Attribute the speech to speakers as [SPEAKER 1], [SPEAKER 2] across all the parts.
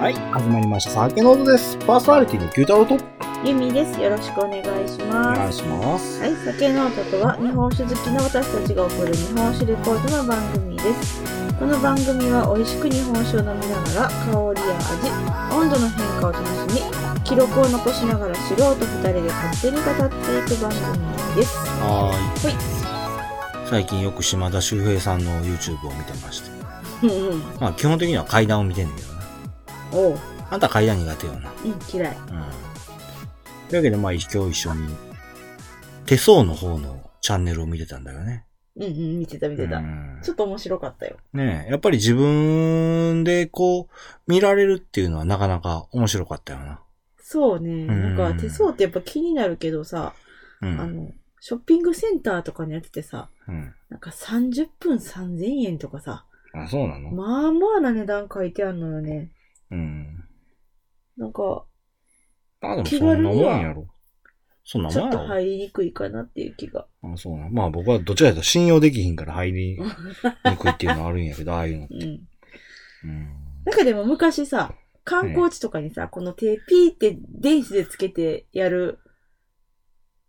[SPEAKER 1] はい、始まりました。酒の音です。パーソナリティの九太郎と。お
[SPEAKER 2] ゆみです。よろしくお願いしま
[SPEAKER 1] 願い
[SPEAKER 2] す。
[SPEAKER 1] します。
[SPEAKER 2] はい、酒の音とは日本酒好きの私たちが送る日本酒レポートの番組です。この番組は美味しく日本酒を飲みながら香りや味、温度の変化を楽しみ、記録を残しながら素人2人で勝手に語っていく番組です。
[SPEAKER 1] は
[SPEAKER 2] はい。
[SPEAKER 1] ーい。最近よく島田秀平さんの YouTube を見てまして。
[SPEAKER 2] うんうん。
[SPEAKER 1] まあ基本的には階段を見てんだけどな。
[SPEAKER 2] おう。
[SPEAKER 1] あんた階段苦手よな。
[SPEAKER 2] うん、嫌い。
[SPEAKER 1] うん。というわけでまあ今日一緒に手相の方のチャンネルを見てたんだよね。
[SPEAKER 2] うんうん、見てた見て
[SPEAKER 1] う
[SPEAKER 2] た。
[SPEAKER 1] ん
[SPEAKER 2] ちょっと面白かったよ。
[SPEAKER 1] ねえ、やっぱり自分でこう見られるっていうのはなかなか面白かったよな。
[SPEAKER 2] そうね。
[SPEAKER 1] ん
[SPEAKER 2] なんか手相ってやっぱ気になるけどさ、
[SPEAKER 1] う
[SPEAKER 2] あ
[SPEAKER 1] ん。
[SPEAKER 2] の、ショッピングセンターとかのやつってさ、
[SPEAKER 1] うん。
[SPEAKER 2] なんか30分3000円とかさ、
[SPEAKER 1] あ、そうなの
[SPEAKER 2] まあまあな値段書いてあんのよね。
[SPEAKER 1] うん。
[SPEAKER 2] なんか、
[SPEAKER 1] まあでもそ
[SPEAKER 2] 気
[SPEAKER 1] んな
[SPEAKER 2] 軽には
[SPEAKER 1] もんやろ。そんな
[SPEAKER 2] ち
[SPEAKER 1] も
[SPEAKER 2] ょ
[SPEAKER 1] ん
[SPEAKER 2] っ
[SPEAKER 1] や
[SPEAKER 2] と
[SPEAKER 1] ろ。
[SPEAKER 2] 入りにくいかなっていう気が。
[SPEAKER 1] あそうなのまあ僕はどちらかというと信用できひんから入りにくいっていうのはあるんやけど、ああいうの。
[SPEAKER 2] うん。
[SPEAKER 1] うん。
[SPEAKER 2] なんかでも昔さ、観光地とかにさ、この手ピーって電子でつけてやる、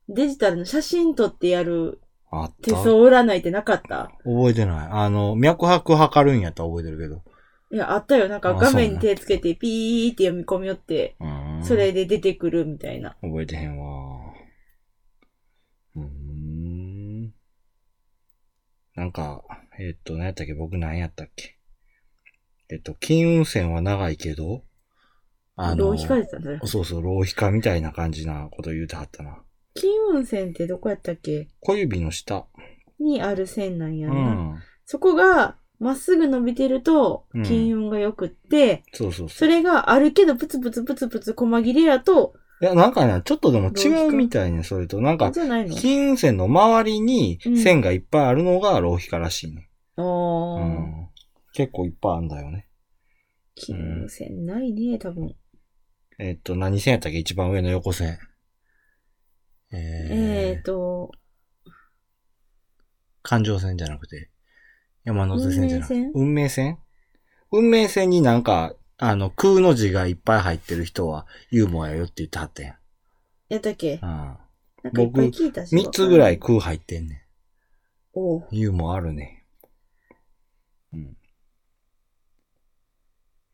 [SPEAKER 2] デジタルの写真撮ってやる
[SPEAKER 1] あった
[SPEAKER 2] 手。相占いってなかった
[SPEAKER 1] 覚えてない。あの、脈拍測るんやったら覚えてるけど。
[SPEAKER 2] いや、あったよ。なんか
[SPEAKER 1] あ
[SPEAKER 2] 画面
[SPEAKER 1] そう
[SPEAKER 2] に
[SPEAKER 1] ね
[SPEAKER 2] 手つけてピーって読み込みよって、
[SPEAKER 1] うん
[SPEAKER 2] それで出てくるみたいな。
[SPEAKER 1] 覚えてへんわ。うーん。なんか、えっと、何やったっけ僕何やったっけえっと、金運線は長いけど、
[SPEAKER 2] どう引かれてたんだろう
[SPEAKER 1] そうそう、浪費家みたいな感じなこと言うてはったな。
[SPEAKER 2] 金運線ってどこやったっけ
[SPEAKER 1] 小指の下。
[SPEAKER 2] にある線なんや
[SPEAKER 1] うん
[SPEAKER 2] な。
[SPEAKER 1] ん。
[SPEAKER 2] そこが、まっすぐ伸びてると
[SPEAKER 1] うん、
[SPEAKER 2] 金運が良くって、
[SPEAKER 1] そうそうそ。
[SPEAKER 2] そうれがあるけど、プツプツプツプツ細切れやと、
[SPEAKER 1] いや、なんかね、ちょっとでも
[SPEAKER 2] 浪
[SPEAKER 1] 違う
[SPEAKER 2] 費家
[SPEAKER 1] みたいね、それと。なんか、
[SPEAKER 2] じゃないの
[SPEAKER 1] 金運線の周りに
[SPEAKER 2] うん
[SPEAKER 1] 線がいっぱいあるのが浪費家らしいね。う
[SPEAKER 2] あー、
[SPEAKER 1] ん。結構いっぱいあるんだよね。
[SPEAKER 2] 金運線ないね、多分。
[SPEAKER 1] えっと、何線やったっけ一番上の横線。えー、
[SPEAKER 2] えーと、
[SPEAKER 1] 環状線じゃなくて、山手線じゃなくて、運
[SPEAKER 2] 運
[SPEAKER 1] 命線運命線になんか、あの、空の字がいっぱい入ってる人はユーモアやよって言ってはってん。
[SPEAKER 2] やったっけ
[SPEAKER 1] うん。
[SPEAKER 2] なんかいっぱい聞いたし。
[SPEAKER 1] 三つぐらい
[SPEAKER 2] わかんな。
[SPEAKER 1] 空入ってんね。
[SPEAKER 2] おうん
[SPEAKER 1] ユーモアあるね。うん。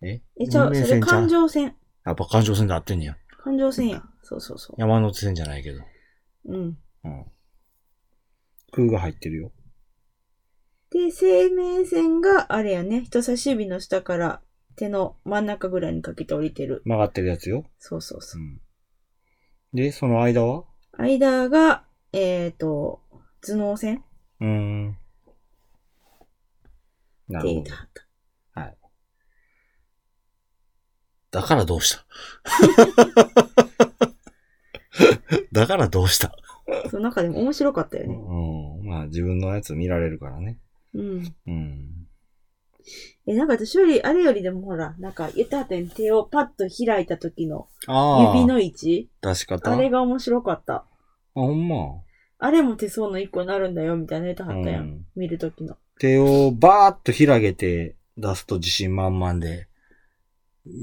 [SPEAKER 1] え
[SPEAKER 2] え、じゃ
[SPEAKER 1] 運
[SPEAKER 2] あ、
[SPEAKER 1] 命
[SPEAKER 2] それ
[SPEAKER 1] 線ちゃ
[SPEAKER 2] 環
[SPEAKER 1] う
[SPEAKER 2] 状線。
[SPEAKER 1] やっぱ環状線で合ってんねや。
[SPEAKER 2] 環状線や。そうそうそ
[SPEAKER 1] 山手線じゃないけど。
[SPEAKER 2] う。うん。
[SPEAKER 1] うん。空が入ってるよ。
[SPEAKER 2] で、生命線があれやね、人差し指の下から手の真ん中ぐらいにかけて降りてる。
[SPEAKER 1] 曲がってるやつよ。
[SPEAKER 2] そうそうそう。
[SPEAKER 1] ん。で、その間は
[SPEAKER 2] 間が、えっ、と、頭脳線って
[SPEAKER 1] うーん。なる
[SPEAKER 2] 言
[SPEAKER 1] ほ
[SPEAKER 2] って
[SPEAKER 1] ど。
[SPEAKER 2] はった。
[SPEAKER 1] だからどう しただからどうした
[SPEAKER 2] そう、なんかでも面白かったよ
[SPEAKER 1] う
[SPEAKER 2] ね。
[SPEAKER 1] ん。まあ自分のやつ見られるからね。
[SPEAKER 2] うん。
[SPEAKER 1] うん。
[SPEAKER 2] え、なんか私より、あれよりでもほら、なんか言ってはったよね。手をパッと開いた時の
[SPEAKER 1] ああ。
[SPEAKER 2] 指の位置。
[SPEAKER 1] 出し方
[SPEAKER 2] あれが面白かった。
[SPEAKER 1] あほんま。
[SPEAKER 2] あれも手相の一個になるんだよ、みたいな言ってはったやん。
[SPEAKER 1] うん
[SPEAKER 2] 見る時の。
[SPEAKER 1] 手をバーッと広げて出すと自信満々で、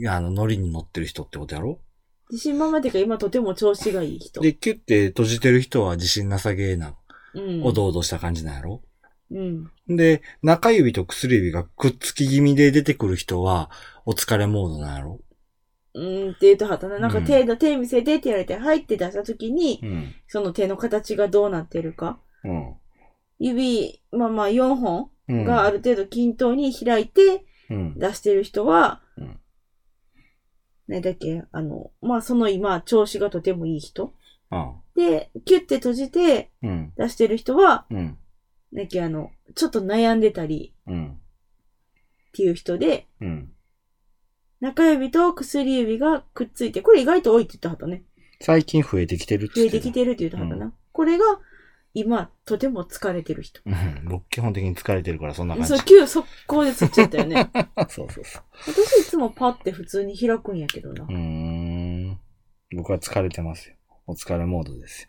[SPEAKER 1] あの、ノリに乗ってる人ってことやろ
[SPEAKER 2] 自信満々っていうか、今とても調子がいい人。
[SPEAKER 1] で、キュッて閉じてる人は自信なさげな、
[SPEAKER 2] うん。
[SPEAKER 1] おどおどした感じなんやろ、
[SPEAKER 2] うん。
[SPEAKER 1] で、中指と薬指がくっつき気味で出てくる人は、お疲れモードなんやろ
[SPEAKER 2] うんって言ってはったな。なんか手、手見せてって言われて、入って出した時に、
[SPEAKER 1] ん。
[SPEAKER 2] その手の形がどうなってるか。
[SPEAKER 1] うん。
[SPEAKER 2] 指、まあまあ4本
[SPEAKER 1] うん。
[SPEAKER 2] がある程度均等に開いて
[SPEAKER 1] うん。
[SPEAKER 2] 出してる人は、
[SPEAKER 1] うん
[SPEAKER 2] ね、だっけ、あの、まあその今、調子がとてもいい人。
[SPEAKER 1] あ
[SPEAKER 2] で、キュッて閉じて
[SPEAKER 1] うん。
[SPEAKER 2] 出してる人は、
[SPEAKER 1] うん。
[SPEAKER 2] だっけ、あの、ちょっと悩んでたり
[SPEAKER 1] うん。
[SPEAKER 2] っていう人で、
[SPEAKER 1] うん。
[SPEAKER 2] 中指と薬指がくっついて、これ意外と多いって言ってはったね。
[SPEAKER 1] 最近増えてきてるっつ
[SPEAKER 2] 増
[SPEAKER 1] って
[SPEAKER 2] えて
[SPEAKER 1] た
[SPEAKER 2] きてるって言ってはったな。
[SPEAKER 1] う
[SPEAKER 2] これが、今、とても疲れてる人。
[SPEAKER 1] うん。僕基本的に疲れてるからそんな感じ。
[SPEAKER 2] そう、急速攻でつっちゃったよね。
[SPEAKER 1] そうそうそう。
[SPEAKER 2] 私いつもパって普通に開くんやけどな
[SPEAKER 1] うー。ん。僕は疲れてますよ。お疲れモードですよ。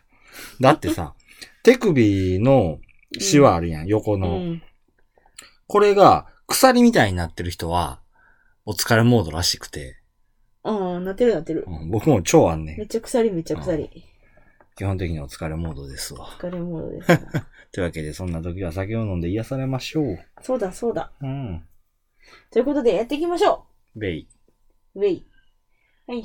[SPEAKER 1] だってさ、 手首のシワあるやん、横
[SPEAKER 2] う
[SPEAKER 1] の。
[SPEAKER 2] ん。
[SPEAKER 1] これが鎖みたいになってる人は、お疲れモードらしくて。
[SPEAKER 2] うん、なってるなってる。
[SPEAKER 1] うん僕も超あんね
[SPEAKER 2] めっ
[SPEAKER 1] ん。
[SPEAKER 2] ちゃ腐り、めっちゃ腐り。
[SPEAKER 1] 基本的にお疲れモードですわ。
[SPEAKER 2] 疲れモードですな。
[SPEAKER 1] というわけで、そんな時は酒を飲んで癒されましょう。
[SPEAKER 2] そうだ、そうだ。
[SPEAKER 1] うん。
[SPEAKER 2] ということで、やっていきましょ
[SPEAKER 1] ベイ。
[SPEAKER 2] うウェイ。はい、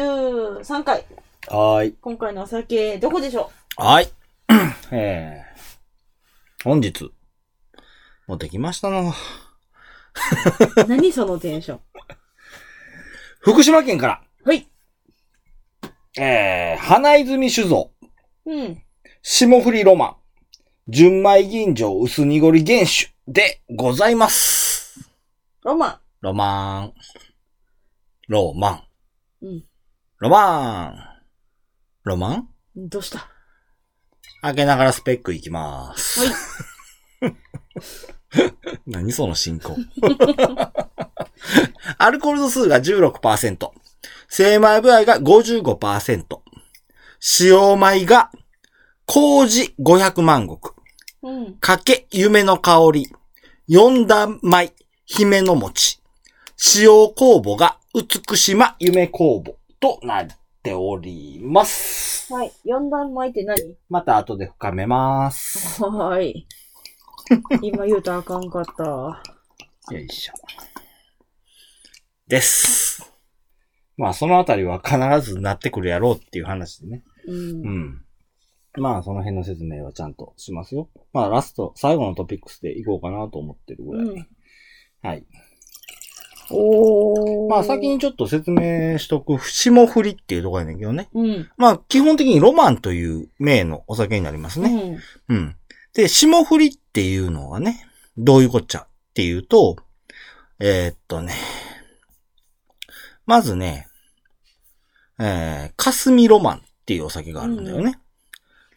[SPEAKER 2] 113回。
[SPEAKER 1] はーい。
[SPEAKER 2] 今回のお酒、どこでしょ
[SPEAKER 1] はい。えー、本日、持ってきましたのは、
[SPEAKER 2] う何そのテンション。
[SPEAKER 1] 福島県か
[SPEAKER 2] はい。
[SPEAKER 1] ら、えー、花泉酒造、
[SPEAKER 2] うん。
[SPEAKER 1] 霜降りロマン、純米吟醸薄濁り原酒でございます。
[SPEAKER 2] ロマ
[SPEAKER 1] ロマン。ロマン。
[SPEAKER 2] ン。うん。
[SPEAKER 1] ロマン。ロマン
[SPEAKER 2] どうした
[SPEAKER 1] 開けながらスペックいきます。
[SPEAKER 2] はい。
[SPEAKER 1] 何その進 行。アルコール度数が16%。精米部合が55%。使用米が、麹500万石。
[SPEAKER 2] うん。
[SPEAKER 1] かけ、夢の香り。四段米、姫の餅。使用酵母が、美島夢酵母となっております。
[SPEAKER 2] はい。四段巻いて何
[SPEAKER 1] また後で深めます。
[SPEAKER 2] はー い。今言うとあかんかった。
[SPEAKER 1] よいしょ。です。まあ、そのあたりは必ずなってくるやろうっていう話でね。
[SPEAKER 2] う。
[SPEAKER 1] うんん。まあ、その辺の説明はちゃんとしますよ。まあ、ラスト、最後のトピックスでいこうかなと思ってるぐらい。
[SPEAKER 2] うん。
[SPEAKER 1] はい。
[SPEAKER 2] おー。
[SPEAKER 1] まあ、先。にちょっと説明しとく、霜降りっていうところやねんけどね。
[SPEAKER 2] うん。
[SPEAKER 1] まあ、基本的にロマンという名のお酒になりますね。
[SPEAKER 2] ね。
[SPEAKER 1] うん。で、霜降りっていうのはね、どういうこっちゃっていうと、えーっとね、まずね、えー、霞ロマンっていうお酒があるんだよね。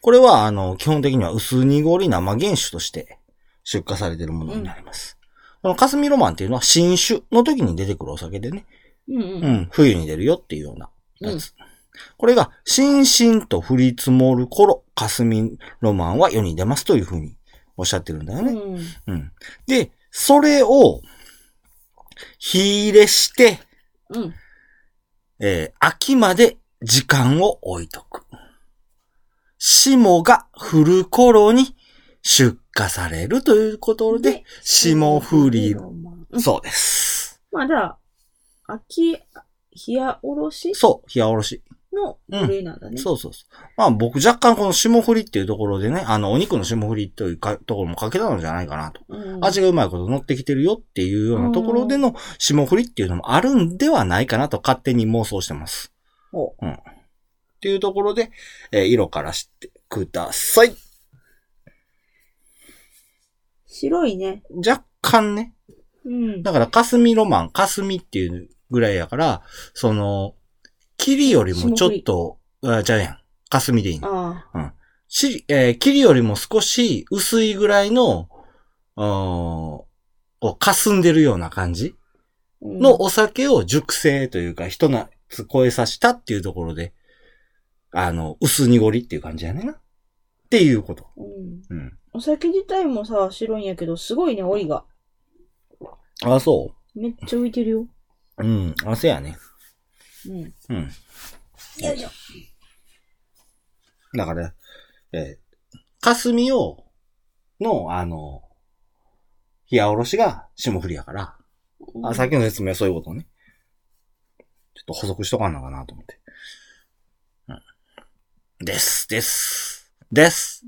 [SPEAKER 1] これは、あの、基本的には薄濁り生原酒として出荷されてるものになります。この霞ロマンっていうのは新酒の時に出てくるお酒でね、
[SPEAKER 2] うん。うん。
[SPEAKER 1] う
[SPEAKER 2] うん。
[SPEAKER 1] ん、冬に出るよっていうようなやつ。これが、心身と降り積もる頃、霞ロマンは世に出ますというふうにおっしゃってるんだよね。
[SPEAKER 2] うん。
[SPEAKER 1] うん。で、それを、火入れして、
[SPEAKER 2] うん。
[SPEAKER 1] えー秋まで時間を置いとく。霜が降る頃に出荷されるということで
[SPEAKER 2] で、
[SPEAKER 1] 霜降り、
[SPEAKER 2] うん
[SPEAKER 1] そうです。
[SPEAKER 2] まあ、だから、秋、冷やおろし
[SPEAKER 1] そう、冷やおろし。
[SPEAKER 2] のグレーなんだね。
[SPEAKER 1] そうそうそう。まあ僕若干この霜降りっていうところでね、あのお肉の霜降りというかところもかけたのじゃないかなと。
[SPEAKER 2] うん。
[SPEAKER 1] 味がうまいこと乗ってきてるよっていうようなところでの霜降りっていうのもあるんではないかなと勝手に妄想してます。
[SPEAKER 2] ほ
[SPEAKER 1] うん。っていうところで、えー色から知ってください。
[SPEAKER 2] 白いね。
[SPEAKER 1] 若干ね。
[SPEAKER 2] うん。
[SPEAKER 1] だから霞ロマン、霞っていうぐらいやから、その、霧よりもちょっと、あ、じゃあやん。霞でいいの
[SPEAKER 2] あ
[SPEAKER 1] し、えー霧よりも少し薄いぐらいの、うーんこう、霞んでるような感じ
[SPEAKER 2] あ。の
[SPEAKER 1] のお酒を熟成というか、一夏超えさせたっていうところで、あの、薄濁りっていう感じやねんな。っていうこと。
[SPEAKER 2] うん。
[SPEAKER 1] うん。
[SPEAKER 2] お酒自体もさ、白いんやけど、すごいね、オイが。
[SPEAKER 1] あ、そ
[SPEAKER 2] めっちゃ浮いてるよ。
[SPEAKER 1] う。うん。あ、せやね。
[SPEAKER 2] うん。
[SPEAKER 1] うん。
[SPEAKER 2] よいしょ。
[SPEAKER 1] だから、えー霞を、の、あの、冷やおろしが霜降りやから、あ、さっきの説明はそういうことね。ちょっと補足しとかんのかなと思って。うん。です、です、です。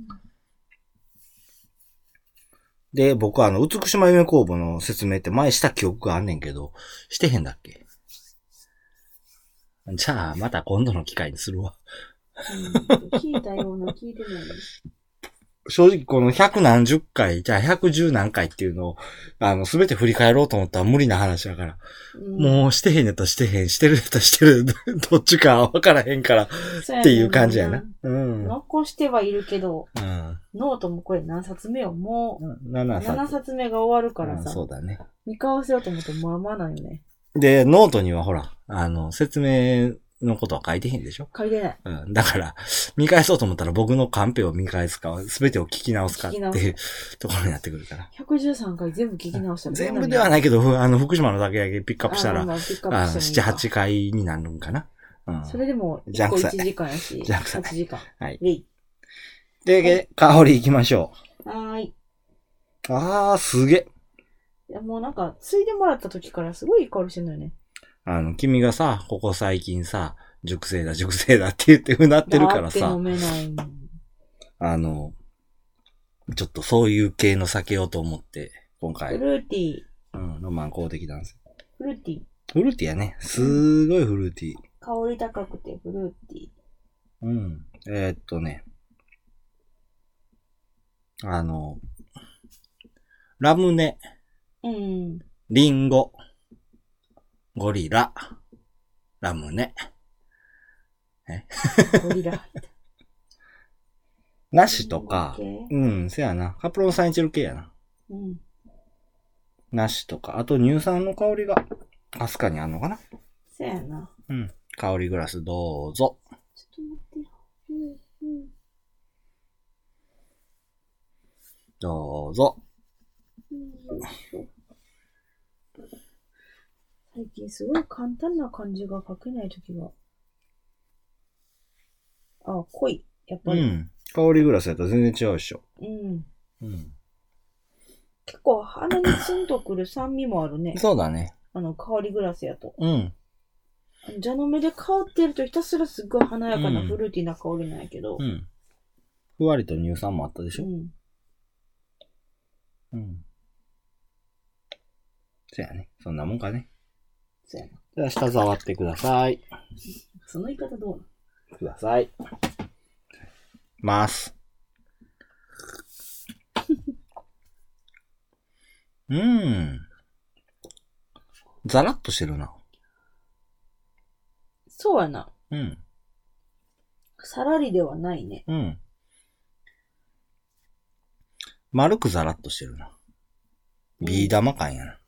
[SPEAKER 1] で、僕はあの、美島夢工房の説明って前した記憶があんねんけど、してへんだっけじゃあ、また今度の機会にするわ。
[SPEAKER 2] うん聞いたような、聞いてない。
[SPEAKER 1] 正直この百何十回、じゃあ百十何回っていうのを、あの、すべて振り返ろうと思ったら無理な話だから。
[SPEAKER 2] うん
[SPEAKER 1] もうしてへんやったらしてへん、してるやったらしてる、 どっちか分からへんからっ
[SPEAKER 2] そうやねんな
[SPEAKER 1] ていう感じやな。うん。うん。
[SPEAKER 2] 残してはいるけど、ノートもこれ何冊目よ。もう、
[SPEAKER 1] 7
[SPEAKER 2] 7
[SPEAKER 1] 冊。
[SPEAKER 2] 冊目が終わるから
[SPEAKER 1] うんそ
[SPEAKER 2] さ
[SPEAKER 1] う、だね。
[SPEAKER 2] 見返せようと思ってもまあまあなんよね。
[SPEAKER 1] で、ノートにはほら、あの、説明のことは書いてへんでしょ
[SPEAKER 2] 書いてない。
[SPEAKER 1] うん。だから、見返そうと思ったら僕のカンペを見返すか、すべてを聞き直すかって
[SPEAKER 2] 聞き
[SPEAKER 1] いうところになってくるから。
[SPEAKER 2] 113回全部聞き直した
[SPEAKER 1] 全部ではないけど、ふあの、福島のだけだけピック
[SPEAKER 2] カ
[SPEAKER 1] アップしたら、あの、7、。8回になるんかな。うん。
[SPEAKER 2] それでも、
[SPEAKER 1] ジャ
[SPEAKER 2] 1
[SPEAKER 1] ン
[SPEAKER 2] 個
[SPEAKER 1] クさ
[SPEAKER 2] 1時間やし、
[SPEAKER 1] ジャンクさ
[SPEAKER 2] 8時間。
[SPEAKER 1] はい。
[SPEAKER 2] レイ。
[SPEAKER 1] で、香り行きましょ
[SPEAKER 2] はーい。
[SPEAKER 1] う。あー、すげえ。
[SPEAKER 2] いやもうなんか、ついでもらった時からすごいいい香りしてんのよね。
[SPEAKER 1] あの、君がさ、ここ最近さ、熟成だ、熟成だって 言ってうなってるから
[SPEAKER 2] だって
[SPEAKER 1] さ
[SPEAKER 2] 飲、めないもん。
[SPEAKER 1] あの、ちょっとそういう系の酒をと思って、今回
[SPEAKER 2] フ、ルーティー、
[SPEAKER 1] うん、ロマン公的男性。
[SPEAKER 2] フルーティー。
[SPEAKER 1] フルーティーやね。すーごいフルーティー。
[SPEAKER 2] 香り高くてフルーティー。
[SPEAKER 1] うん。えーっとね。あの、ラムネ、
[SPEAKER 2] うん。
[SPEAKER 1] リンゴ、ゴリラ、ラムネ。
[SPEAKER 2] ゴリ ラ。
[SPEAKER 1] なしとか、
[SPEAKER 2] う
[SPEAKER 1] うん、せやな。カプロンサイチル系やな。
[SPEAKER 2] ん。
[SPEAKER 1] なしとか、あと乳酸の香りが、かすかにあんのかな
[SPEAKER 2] そやな。
[SPEAKER 1] うん。香りグラスどうぞ。
[SPEAKER 2] ちょっと待ってよ。うんうん
[SPEAKER 1] どうぞ。
[SPEAKER 2] うん最近すごい簡単な漢字が書けないときが。あ、濃い。やっぱ
[SPEAKER 1] う
[SPEAKER 2] り。
[SPEAKER 1] ん。香りグラスやったら全然違うでしょ。
[SPEAKER 2] うん。
[SPEAKER 1] うん。
[SPEAKER 2] 結構鼻にツンとくる酸味もあるね。
[SPEAKER 1] そうだね。
[SPEAKER 2] あの、香りグラスやと。
[SPEAKER 1] うん。
[SPEAKER 2] 蛇の目で香ってるとひたすらすっごい華やかな
[SPEAKER 1] うん
[SPEAKER 2] フルーティーな香りなんやけど
[SPEAKER 1] う。ん。ふわりと乳酸もあったでし
[SPEAKER 2] う
[SPEAKER 1] ょ
[SPEAKER 2] ん。
[SPEAKER 1] うん。そやね。そんなもんかね。
[SPEAKER 2] そやな。
[SPEAKER 1] じゃあ、舌触ってください。
[SPEAKER 2] その言い方どうなの
[SPEAKER 1] ください。ます。 うーん。ザラッとしてるな。
[SPEAKER 2] そうやな。
[SPEAKER 1] うん。
[SPEAKER 2] さらりではないね。
[SPEAKER 1] うん。丸くザラッとしてるな。ビー玉感やな。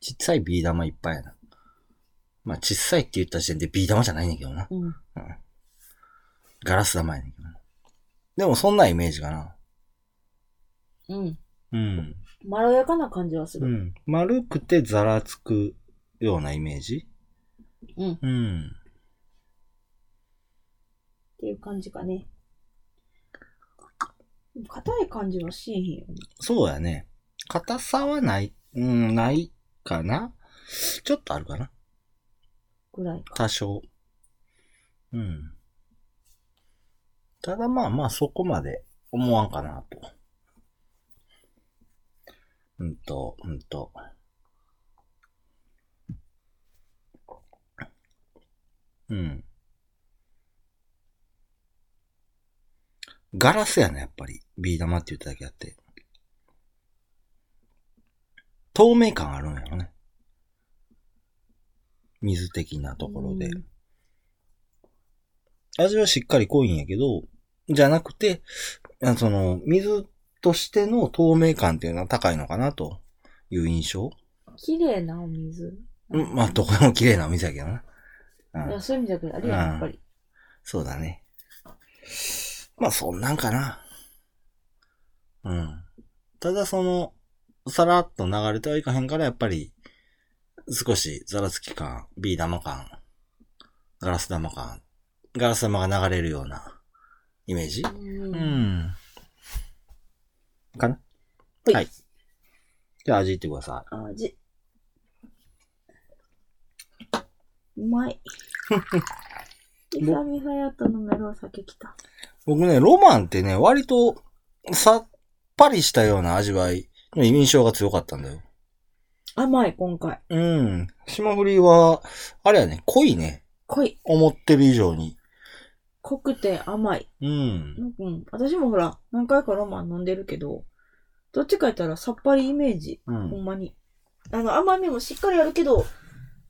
[SPEAKER 1] ちっちゃいビー玉いっぱいやな。まあ、ちっさいって言った時点でビー玉じゃないねんけどな。
[SPEAKER 2] うん。
[SPEAKER 1] ガラス玉やねんけどな。でもそんなイメージかな。
[SPEAKER 2] うん。
[SPEAKER 1] うん。
[SPEAKER 2] まろやかな感じはす
[SPEAKER 1] う
[SPEAKER 2] る。
[SPEAKER 1] ん。丸くてザラつくようなイメージ
[SPEAKER 2] うん。っ
[SPEAKER 1] うん。
[SPEAKER 2] ていう感じかね。でも硬い感じはしへんよね。
[SPEAKER 1] そうやね。硬さはない、うん、ないかなちょっとあるかな
[SPEAKER 2] ぐらいか。
[SPEAKER 1] 多少。うん。ただまあまあそこまで思わんかなと。うんと、うんと。うん。ガラスやな、やっぱり。ビー玉って言っただけあって。透明感あるんやろね。水的なところで。
[SPEAKER 2] うん
[SPEAKER 1] 味はしっかり濃いんやけど、じゃなくて、あその、水としての透明感っていうのは高いのかなという印象。
[SPEAKER 2] 綺麗なお水。
[SPEAKER 1] うん、まあ、どこでも綺麗なお店やけどな。う
[SPEAKER 2] いや、
[SPEAKER 1] ん、
[SPEAKER 2] そういう意味だけど、あれやん、やっぱり。
[SPEAKER 1] そうだね。まあ、そんなんかな。うん。ただ、その、さらっと流れてはいかへんから、やっぱり、少しザラつき感、ビー玉感、ガラス玉感、ガラス玉が流れるようなイメージ
[SPEAKER 2] うん
[SPEAKER 1] うん。かな
[SPEAKER 2] ほい
[SPEAKER 1] はい。じゃあ味いってくださ
[SPEAKER 2] 味。うま い。久々やったのメロ酒来た。
[SPEAKER 1] い。僕ね、ロマンってね、割とさっぱりしたような味わいの印象が強かったんだよ。
[SPEAKER 2] 甘い、今回。
[SPEAKER 1] うん。霜降りは、あれやね、濃いね。
[SPEAKER 2] 濃い。
[SPEAKER 1] 思ってる以上に。
[SPEAKER 2] 濃くて甘い。
[SPEAKER 1] うん。
[SPEAKER 2] うん。私もほら、何回かロマン飲んでるけど、どっちか言ったらさっぱりイメージ。
[SPEAKER 1] う
[SPEAKER 2] ほ
[SPEAKER 1] ん。
[SPEAKER 2] んまに。あの、甘みもしっかりあるけど、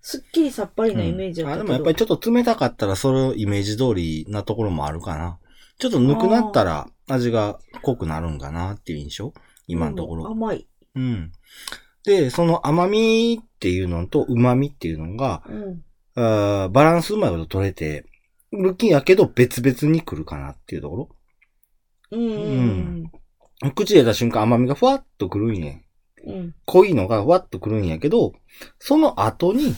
[SPEAKER 2] すっきりさっぱりなイメージだ
[SPEAKER 1] あ
[SPEAKER 2] った
[SPEAKER 1] で
[SPEAKER 2] けど、
[SPEAKER 1] もやっぱりちょっと冷たかったら、それをイメージ通りなところもあるかな。ちょっとぬくなったら、味が濃くなるんかなっていう印象今のところ。
[SPEAKER 2] うん甘い。
[SPEAKER 1] うん。で、その甘みっていうのと旨みっていうのが、
[SPEAKER 2] うん。
[SPEAKER 1] あーバランスうまいこと取れてるきやけど別々に来るかなっていうとこ
[SPEAKER 2] うん。
[SPEAKER 1] ろ。口入れた瞬間甘みがふわっとくるんや。
[SPEAKER 2] うん。
[SPEAKER 1] 濃いのがふわっとくるんやけど、その後に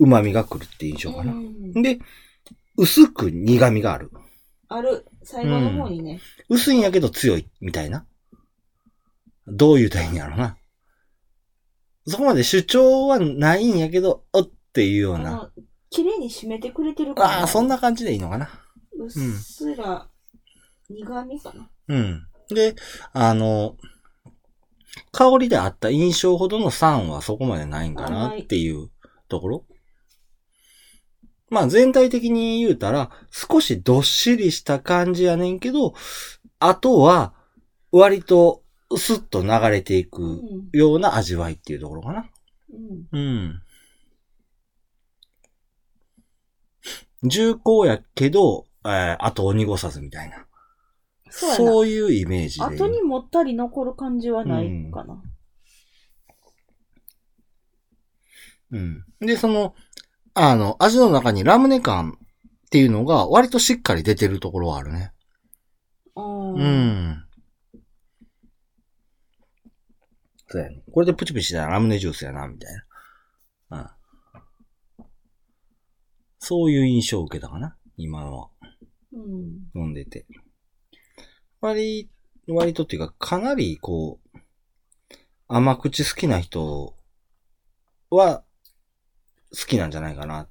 [SPEAKER 1] 旨みが来るって印象かな。
[SPEAKER 2] うん
[SPEAKER 1] で、薄く苦味がある。
[SPEAKER 2] ある。最後の方にね。
[SPEAKER 1] 薄いんやけど強い、みたいな。どう言うたらいいんやろな。そこまで主張はないんやけど、おっていうような。
[SPEAKER 2] あの綺麗に締めてくれてるから。
[SPEAKER 1] ああ、そん。な感じでいいのかな。
[SPEAKER 2] うっすら、苦味かな。
[SPEAKER 1] うん。で、あの、香りであった印象ほどの酸はそこまでないんかなっていうところ。まあ全体的に言うたら、少しどっしりした感じやねんけど、あとは、割とスッと流れていうく
[SPEAKER 2] ん。
[SPEAKER 1] ような味わいっていうところかな。
[SPEAKER 2] うん。
[SPEAKER 1] うん。重厚やけど、えー、後を濁さずみたいな。
[SPEAKER 2] そうやな
[SPEAKER 1] そういうイメージで。
[SPEAKER 2] 後にもったり残る感じはないかな。
[SPEAKER 1] うん。で、その、あの、味の中にラムネ感っていうのが割としっかり出てるところはあるね。
[SPEAKER 2] うん
[SPEAKER 1] うん。そうやね。これでプチプチだな、ラムネジュースやな、みたいな。うん。そういう印象を受けたかな、今のは。
[SPEAKER 2] うん。
[SPEAKER 1] 飲んでて。割、割とっていうか、かなりこう、甘口好きな人は、好きなんじゃないかなっ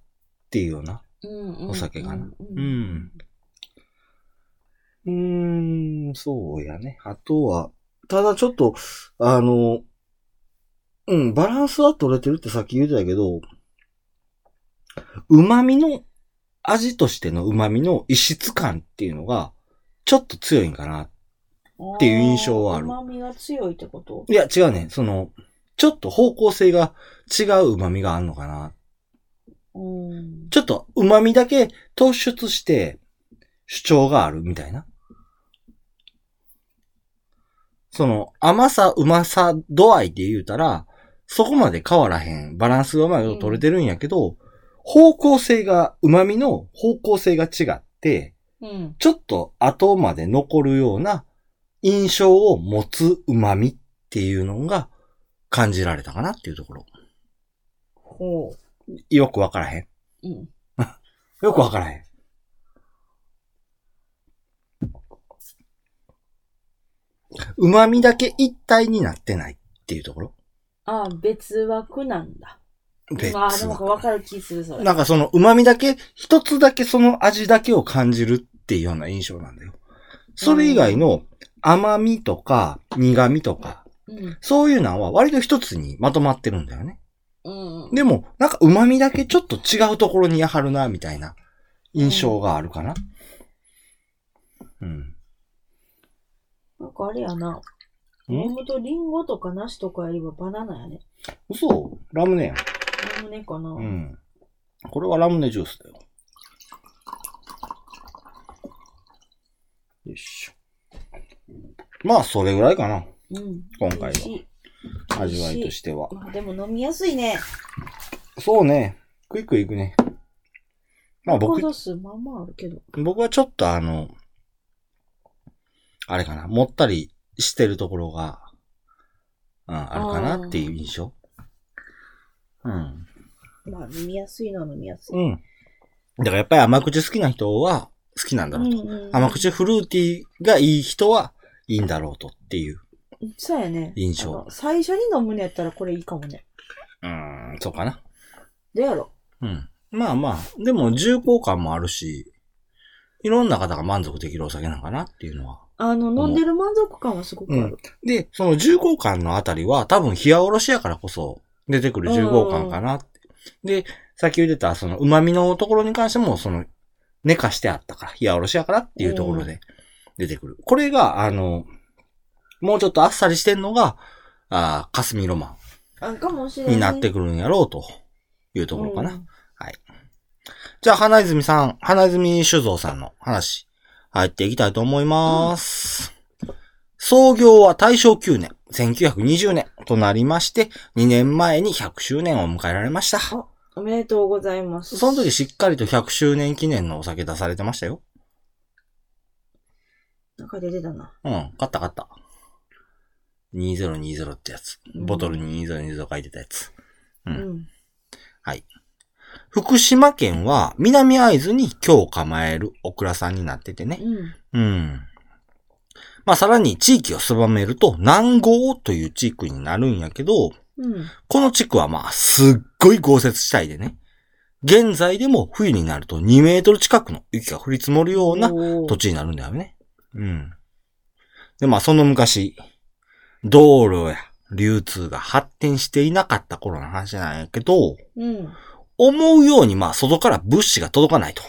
[SPEAKER 1] ていうような。
[SPEAKER 2] うんうん
[SPEAKER 1] お酒かな。
[SPEAKER 2] う。
[SPEAKER 1] うんん。うーん、そうやね。あとは、ただちょっと、あの、うん、バランスは取れてるってさっき言ってたけど、旨味の、味としての旨味の異質感っていうのが、ちょっと強いんかな。っていう印象はある
[SPEAKER 2] あー旨味が強いってこと
[SPEAKER 1] いや、違うね。その、ちょっと方向性が違う旨味があるのかな
[SPEAKER 2] うん。
[SPEAKER 1] ちょっと旨味だけ突出して主張があるみたいな。その甘さ、うまさ度合いで言うたら、そこまで変わらへん。バランスがうまいこと取れてるんやけど、方向性が、旨味の方向性が違って、
[SPEAKER 2] うん。
[SPEAKER 1] ちょっと後まで残るような印象を持つ旨味っていうのが感じられたかなっていうところ。
[SPEAKER 2] ほ
[SPEAKER 1] よくわからへん。
[SPEAKER 2] う。うん。
[SPEAKER 1] よくわからへん。旨味だけ一体になってないっていうところ
[SPEAKER 2] ああ、別枠なんだ。
[SPEAKER 1] 別
[SPEAKER 2] ああ、でもなんかわかる気する、それ。
[SPEAKER 1] なんかその旨味だけ、一つだけその味だけを感じるっていうような印象なんだよ。それ以外の甘味とか苦味とか、
[SPEAKER 2] うん。
[SPEAKER 1] そういうのは割と一つにまとまってるんだよね。
[SPEAKER 2] うん。
[SPEAKER 1] でも、なんか旨味だけちょっと違うところにやはるな、みたいな印象があるかな。うん。
[SPEAKER 2] なんかあれやな。
[SPEAKER 1] ん
[SPEAKER 2] ネームとリンゴとか梨とかよりはバナナやね。
[SPEAKER 1] 嘘ラムネやん。
[SPEAKER 2] ラムネかな。
[SPEAKER 1] うん。これはラムネジュースだよ。よいしょ。まあ、それぐらいかな。
[SPEAKER 2] うん。
[SPEAKER 1] 今回は
[SPEAKER 2] 美味しい
[SPEAKER 1] 味わいとしては。
[SPEAKER 2] まあでも飲みやすいね。
[SPEAKER 1] そうね。クイックいくね。まあ僕、
[SPEAKER 2] 度数まあまああるけど。
[SPEAKER 1] 僕はちょっとあの、あれかな。もったりしてるところが、うん、あるかなっていう印象。うん。
[SPEAKER 2] まあ飲みやすいのは飲みやすい。
[SPEAKER 1] うん。だからやっぱり甘口好きな人は好きなんだろうと。
[SPEAKER 2] うんうん
[SPEAKER 1] 甘口フルーティーがいい人はいいんだろうとっていう。
[SPEAKER 2] そうやね。
[SPEAKER 1] 印象
[SPEAKER 2] あの最初に飲むのやったらこれいいかもね。
[SPEAKER 1] うーん、そうかな。
[SPEAKER 2] どうやろ
[SPEAKER 1] うん。まあまあ、でも重厚感もあるし、いろんな方が満足できるお酒なのかなっていうのは。
[SPEAKER 2] あの、飲んでる満足感はすごくある。
[SPEAKER 1] で、その重厚感のあたりは多分冷やおろしやからこそ出てくる重厚感かなって。で、さっき言ってたその旨味のところに関しても、その寝かしてあったから、冷やおろしやからっていうところで出てくる。これが、あの、もうちょっとあっさりしてんのが、あー霞ロマン。
[SPEAKER 2] あかもしれない。
[SPEAKER 1] になってくるんやろうというところかな。
[SPEAKER 2] うん
[SPEAKER 1] じゃあ、花泉さん、花泉酒造さんの話、入っていきたいと思います。創業は大正9年。 1920年となりまして、2年前に100周年を迎えられました。
[SPEAKER 2] おめでとうございます。
[SPEAKER 1] その時しっかりと100周年記念のお酒出されてましたよ。
[SPEAKER 2] 中で出たな。
[SPEAKER 1] うん、買った買った。2020ってやつ。ボトルに2020書いてたやつ。
[SPEAKER 2] う
[SPEAKER 1] うん
[SPEAKER 2] ん。
[SPEAKER 1] 福島県は南会津に今日構えるオクラさんになっててね。う
[SPEAKER 2] うん。
[SPEAKER 1] ん。まあさらに地域を狭めると南郷という地区になるんやけど、
[SPEAKER 2] うん。
[SPEAKER 1] この地区はまあすっごい豪雪地帯でね。現在でも冬になると2メートル近くの雪が降り積もるような
[SPEAKER 2] おー
[SPEAKER 1] 土地になるんだよね。うん。で、まあその昔、道路や流通が発展していなかった頃の話なんやけど、
[SPEAKER 2] うん。
[SPEAKER 1] 思うようにまあ外から物資が届かないと。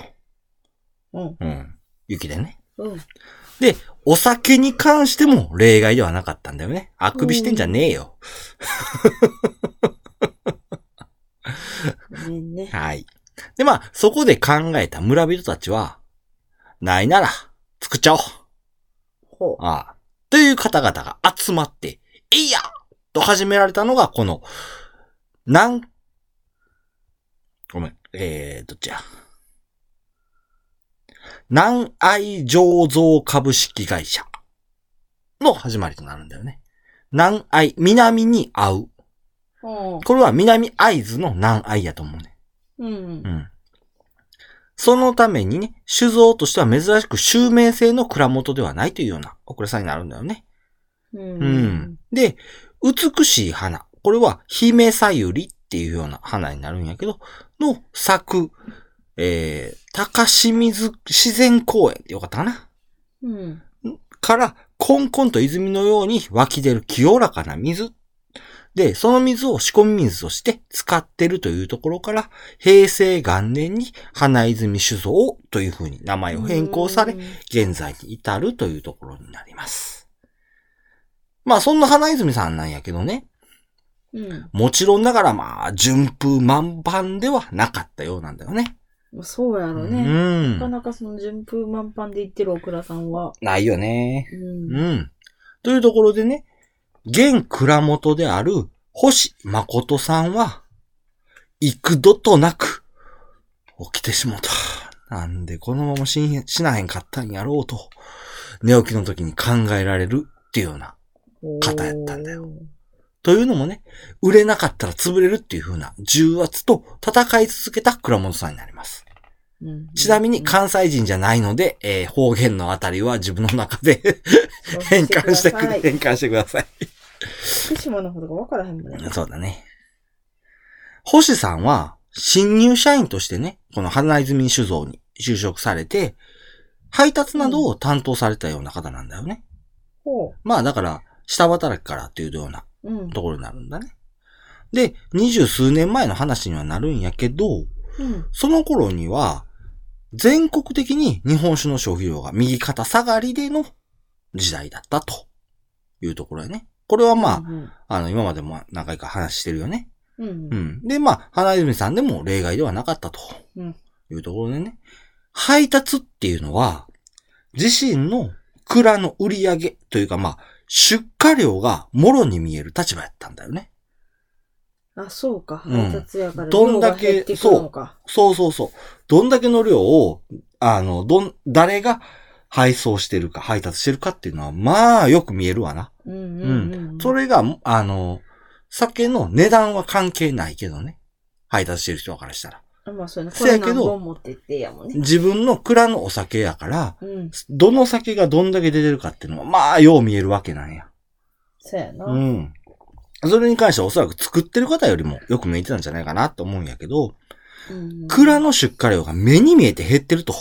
[SPEAKER 2] うん。
[SPEAKER 1] うん。雪でね。
[SPEAKER 2] うん。
[SPEAKER 1] で、お酒に関しても例外ではなかったんだよね。あくびしてんじゃねえよ。
[SPEAKER 2] ごめんね。
[SPEAKER 1] はい。で、まあ、そこで考えた村人たちは、ないなら、作っちゃおう。
[SPEAKER 2] ほう。
[SPEAKER 1] ああ。という方々が集まって、えいやと始められたのが、この、なん、ごめん、えー、どっちや。南愛醸造株式会社の始まりとなるんだよね。南愛、南に会う。
[SPEAKER 2] ほ
[SPEAKER 1] これは南会津の南愛やと思うね。
[SPEAKER 2] う。うん
[SPEAKER 1] う。ん。そのためにね、酒造としては珍しく襲名性の蔵元ではないというようなお蔵さんになるんだよね。
[SPEAKER 2] う
[SPEAKER 1] うん。。で、美しい花。これは、姫さゆりっていうような花になるんやけど、の作、えー、高清水自然公園ってよかったかな。
[SPEAKER 2] うん。
[SPEAKER 1] から、コンコンと泉のように湧き出る清らかな水。で、その水を仕込み水として使ってるというところから、平成元年に花泉酒造というふうに名前を変更され
[SPEAKER 2] うん、。
[SPEAKER 1] 現在に至るというところになります。まあ、そんな花泉さんなんやけどね、
[SPEAKER 2] うん。
[SPEAKER 1] もちろんながらまあ、順風満帆ではなかったようなんだよね。
[SPEAKER 2] まあそうやろ
[SPEAKER 1] う
[SPEAKER 2] ね。なか
[SPEAKER 1] ん。
[SPEAKER 2] なかその順風満帆で言ってるオクラさんは。
[SPEAKER 1] ないよね。
[SPEAKER 2] うん。
[SPEAKER 1] うん。というところでね、現蔵元である星誠さんは、幾度となく、起きてしもうた。なんでこのまま死ん死なへんかったんやろうと、寝起きの時に考えられるっていうような。方やったんだ
[SPEAKER 2] よ。
[SPEAKER 1] というのもね、売れなかったら潰れるっていう風な重圧と戦い続けた蔵元さんになります。
[SPEAKER 2] うん
[SPEAKER 1] ちなみに関西人じゃないので、えー方言のあたりは自分の中で 変換してくれ、
[SPEAKER 2] て。
[SPEAKER 1] 変換してください。
[SPEAKER 2] 福島の方がわからへんもんね。
[SPEAKER 1] そうだね。星さんは、新入社員としてね、この花泉酒造に就職されて、配達などを担当されたような方なんだよね。
[SPEAKER 2] ほ
[SPEAKER 1] まあだから、下働きからっていうような
[SPEAKER 2] う。うん。うん。
[SPEAKER 1] ところになるんだね。で、二十数年前の話にはなるんやけど、その頃には、全国的に日本酒の消費量が右肩下がりでの時代だったというところやね。これはまあ、
[SPEAKER 2] あ。
[SPEAKER 1] あの、今までも何回か話してるよね。
[SPEAKER 2] うん
[SPEAKER 1] う。ん。で、まあ、花泉さんでも例外ではなかったと。
[SPEAKER 2] うん
[SPEAKER 1] いうところでね。配達っていうのは、自身の蔵の売り上げというか、まあ、出荷量がもろに見える立場やったんだよね。
[SPEAKER 2] あ、そうか。
[SPEAKER 1] うん
[SPEAKER 2] 配達やから。
[SPEAKER 1] どんだけ
[SPEAKER 2] 量が減っていくのか。
[SPEAKER 1] そうそうそう。どんだけの量を、あの、どん、誰が配送してるか、配達してるかっていうのは、まあ、よく見えるわな。
[SPEAKER 2] うんうんうん。
[SPEAKER 1] それが、あの、酒の値段は関係ないけどね。配達してる人からしたら。
[SPEAKER 2] あまあそうやな。こ
[SPEAKER 1] せや
[SPEAKER 2] れ
[SPEAKER 1] けど
[SPEAKER 2] 何本持ってってやもんね。
[SPEAKER 1] 自分の蔵のお酒やから、
[SPEAKER 2] うん。
[SPEAKER 1] どの酒がどんだけ出てるかっていうのは、まあ、よう見えるわけなんや。
[SPEAKER 2] そうやな。
[SPEAKER 1] う
[SPEAKER 2] うん
[SPEAKER 1] ん。それに関してはおそらく作ってる方よりもよく見えてたんじゃないかなと思うんやけど、
[SPEAKER 2] うん。
[SPEAKER 1] 蔵の出荷量が目に見えて減ってると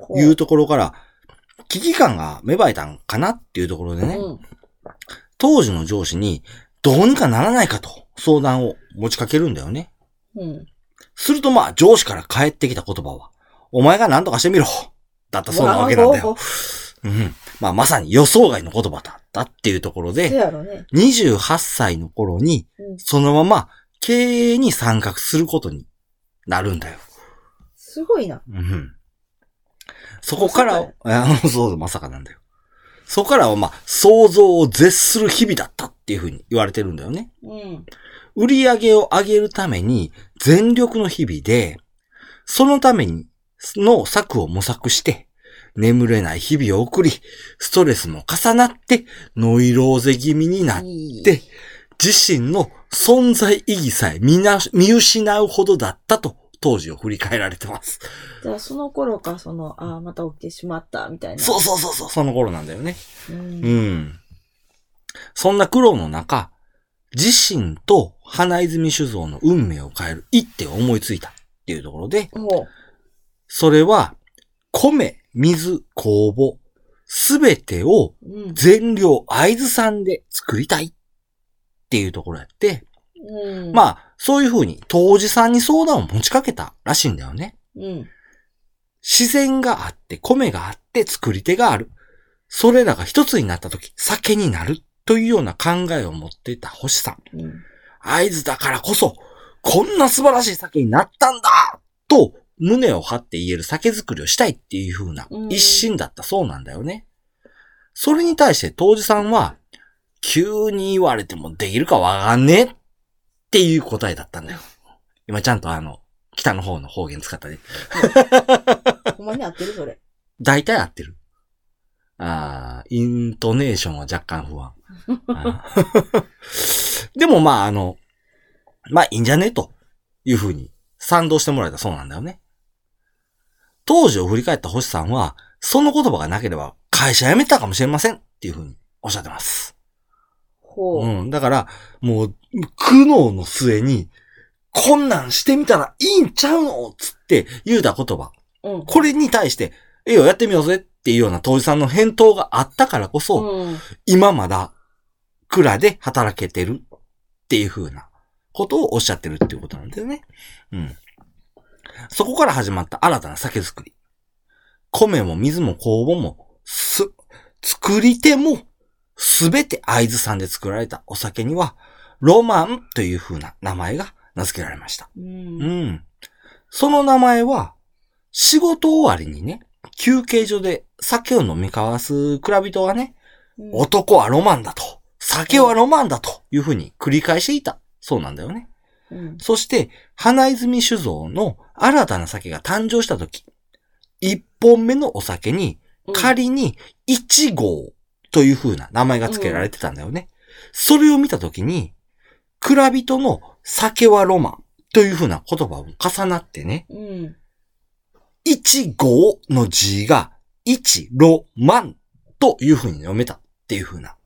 [SPEAKER 2] こ
[SPEAKER 1] いうところから、危機感が芽生えたんかなっていうところでね、
[SPEAKER 2] うん。
[SPEAKER 1] 当時の上司にどうにかならないかと相談を持ちかけるんだよね。
[SPEAKER 2] うん。
[SPEAKER 1] するとまあ上司から返ってきた言葉は、お前が何とかしてみろだったそうなわけなんだよ。うん。まあまさに予想外の言葉だったっていうところ
[SPEAKER 2] そう
[SPEAKER 1] で、
[SPEAKER 2] やろね。
[SPEAKER 1] 28歳の頃に、
[SPEAKER 2] うん。
[SPEAKER 1] そのまま経営に参画することになるんだよ。
[SPEAKER 2] すごいな。
[SPEAKER 1] うん。そこから、あのそう、まさかなんだよ。そこからはまあ、想像を絶する日々だったっていうふうに言われてるんだよね。
[SPEAKER 2] うん。
[SPEAKER 1] 売り上げを上げるために全力の日々で、そのためにの策を模索して、眠れない日々を送り、ストレスも重なって、ノイローゼ気味になっ
[SPEAKER 2] いい
[SPEAKER 1] て、自身の存在意義さえ見な見失うほどだったと、当時を振り返られてます。
[SPEAKER 2] じゃあ、その頃か、その、ああ、また起きてしまった、みたいな。
[SPEAKER 1] そうそうそうそう、その頃なんだよね。
[SPEAKER 2] う。
[SPEAKER 1] うんん。そんな苦労の中、自身と花泉酒造の運命を変える一手を思いついたっていうところで、
[SPEAKER 2] ほ
[SPEAKER 1] それは、米、水、酵母、すべてを
[SPEAKER 2] う。うん。
[SPEAKER 1] 全量合図産で作りたいっていうところやって、
[SPEAKER 2] うん。
[SPEAKER 1] ま
[SPEAKER 2] あ。
[SPEAKER 1] あ、そういうふうに当時さんに相談を持ちかけたらしいんだよね。
[SPEAKER 2] うん。
[SPEAKER 1] 自然があって、米があって、作り手がある。それらが一つになった時、酒になるというような考えを持っていた星さん。
[SPEAKER 2] うん。
[SPEAKER 1] 合図だからこそ、こんな素晴らしい酒になったんだと、胸を張って言える酒造りをしたいっていう風な
[SPEAKER 2] うん
[SPEAKER 1] 一心だったそうなんだよね。それに対して当時さんは、急に言われてもできるかわかんねえっていう答えだったんだよ。今ちゃんとあの、北の方の方言使ったね。
[SPEAKER 2] ほんまに合ってる、それ。
[SPEAKER 1] 大体合ってる。ああ、イントネーションは若干不安。あー でもまあ、あの、まあいいんじゃねというふうに賛同してもらえたそうなんだよね。当時を振り返った星さんは、その言葉がなければ会社辞めてたかもしれませんっていうふうにおっしゃってます。
[SPEAKER 2] ほう。
[SPEAKER 1] うん。だから、もう、苦悩の末に、こんなんしてみたらいいんちゃうのつって言うた言葉。
[SPEAKER 2] うん。
[SPEAKER 1] これに対して、ええよ、やってみようぜっていうような当時さんの返答があったからこそ、
[SPEAKER 2] うん。
[SPEAKER 1] 今まだ、蔵で働けてるっていう風なことをおっしゃってるっていうことなんだよね。うん。そこから始まった新たな酒造り。米も水も酵母も、す、作り手も、すべて合図さんで作られたお酒には、ロマンという風な名前が名付けられました。
[SPEAKER 2] う。
[SPEAKER 1] うんん。その名前は、仕事終わりにね、休憩所で酒を飲み交わす蔵人はね、
[SPEAKER 2] うん。
[SPEAKER 1] 男はロマンだと、酒はロマンだというふうに繰り返していた。そうなんだよね。
[SPEAKER 2] うん。
[SPEAKER 1] そして、花泉酒造の新たな酒が誕生した時、一本目のお酒に、仮に1号という風な名前が付けられてたんだよね。それを見たときに、蔵人の酒はロマンという風な言葉も重なってね、
[SPEAKER 2] うん。
[SPEAKER 1] 1号の字が1ロマンという風に読めたっていう風な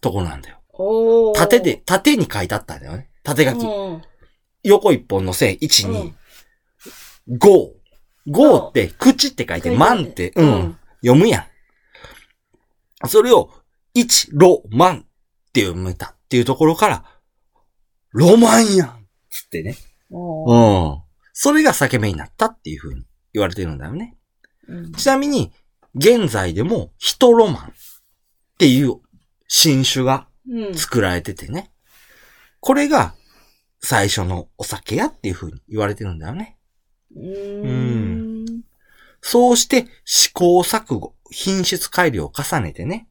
[SPEAKER 1] ところなんだよ。
[SPEAKER 2] おー。
[SPEAKER 1] 縦で、縦に書いてあったんだよね。縦書き。
[SPEAKER 2] うん。
[SPEAKER 1] 横一本の線、1、
[SPEAKER 2] う
[SPEAKER 1] 2
[SPEAKER 2] ん、
[SPEAKER 1] 5。5って、口って書いて、万って、うん。読むやん。それを、一、ロ、マンって読めたっていうところから、ロマンやんつってね。
[SPEAKER 2] お
[SPEAKER 1] う
[SPEAKER 2] ー。
[SPEAKER 1] ん。それが裂け目になったっていうふうに言われてるんだよね。
[SPEAKER 2] うん。
[SPEAKER 1] ちなみに、現在でも、ヒトロマンっていう新種が
[SPEAKER 2] うん。
[SPEAKER 1] 作られててね。これが、最初のお酒やっていうふうに言われてるんだよね。
[SPEAKER 2] うーん。
[SPEAKER 1] そうして試行錯誤、品質改良を重ねてね、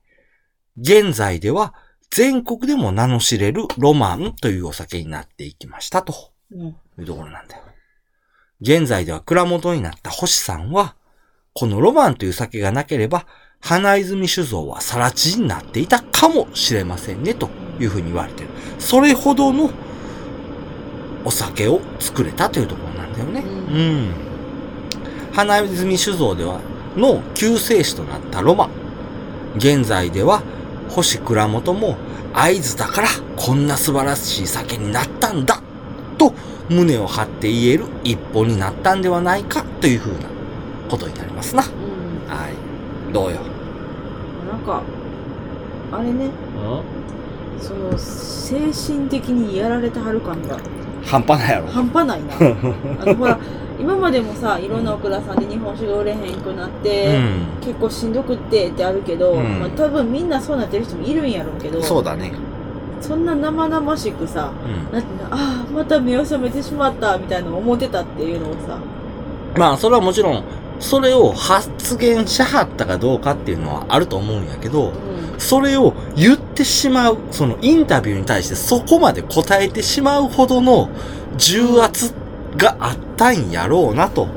[SPEAKER 1] 現在では全国でも名の知れるロマンというお酒になっていきましたと
[SPEAKER 2] うん。
[SPEAKER 1] いうところなんだよ。現在では蔵元になった星さんは、このロマンという酒がなければ、花泉酒造はさら地になっていたかもしれませんねというふうに言われてる。それほどのお酒を作れたというところなんだよね。
[SPEAKER 2] う
[SPEAKER 1] うん。花泉酒造では、の救世主となったロマン。現在では、星倉本も、合図だから、こんな素晴らしい酒になったんだと、胸を張って言える一本になったんではないか、というふうなことになりますな。
[SPEAKER 2] うん。
[SPEAKER 1] はい。どうよ。
[SPEAKER 2] なんか、あれね、その、精神的にやられてはる感が
[SPEAKER 1] 半端ないやろ。
[SPEAKER 2] 半端ないな。あの、ほら、今までもさ、いろんな奥田さんで日本酒が売れへんくな っ
[SPEAKER 1] う
[SPEAKER 2] て、
[SPEAKER 1] ん。
[SPEAKER 2] 結構しんどくってってあるけど、
[SPEAKER 1] うん
[SPEAKER 2] まあ、多分みんなそうなってる人もいるんやろうけど、
[SPEAKER 1] そうだね。
[SPEAKER 2] そんな生々しくさ、
[SPEAKER 1] うん。
[SPEAKER 2] なんていうの、ああ、また目を覚めてしまったみたいなのを思ってたっていうのをさ、
[SPEAKER 1] まあ、それはもちろん、それを発言しはったかどうかっていうのはあると思うんやけど、
[SPEAKER 2] う
[SPEAKER 1] それを言ってしまう、そのインタビューに対してそこまで答えてしまうほどの重圧があったんやろうなと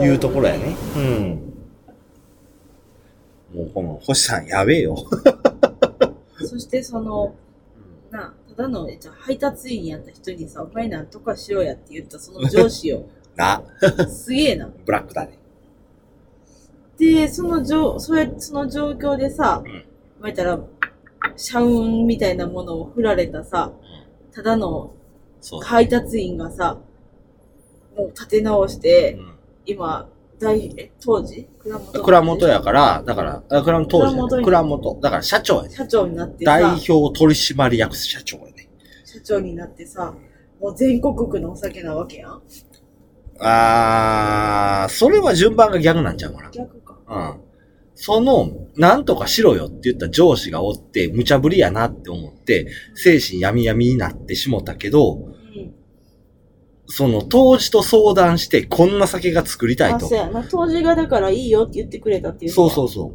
[SPEAKER 2] ん
[SPEAKER 1] いうところやね。うん。もうこの星さんやべえよ。
[SPEAKER 2] そしてそのなあただのじゃあ配達員やった人にさお前なんとかしろやって言ったその上 司よ
[SPEAKER 1] な、
[SPEAKER 2] すげえな
[SPEAKER 1] ブラックだね。
[SPEAKER 2] でその状それその状況でさ
[SPEAKER 1] うん
[SPEAKER 2] まあ言ったら社運みたいなものを振られたさただの
[SPEAKER 1] そうだ
[SPEAKER 2] 配達員がさもう立て直して
[SPEAKER 1] うん
[SPEAKER 2] 今大え当時倉本
[SPEAKER 1] 倉本やから、だから、あ倉本当時じゃない
[SPEAKER 2] 倉本
[SPEAKER 1] 倉本。だから社長やね。
[SPEAKER 2] 社長になって
[SPEAKER 1] 代
[SPEAKER 2] さ
[SPEAKER 1] 表取締役社長やね。
[SPEAKER 2] 社長になってさもう全国区のお酒なわけやん
[SPEAKER 1] あー、それは順番が逆なんちゃうかな。
[SPEAKER 2] 逆か
[SPEAKER 1] うん。その、なんとかしろよって言った上司がおって、無茶ぶりやなって思って、精神闇闇になってしもたけど、
[SPEAKER 2] うん
[SPEAKER 1] その当時と相談して、こんな酒が作りたい
[SPEAKER 2] あ
[SPEAKER 1] と。
[SPEAKER 2] そうやな当時がだからいいよって言ってくれたっていう
[SPEAKER 1] そう
[SPEAKER 2] う
[SPEAKER 1] そうそ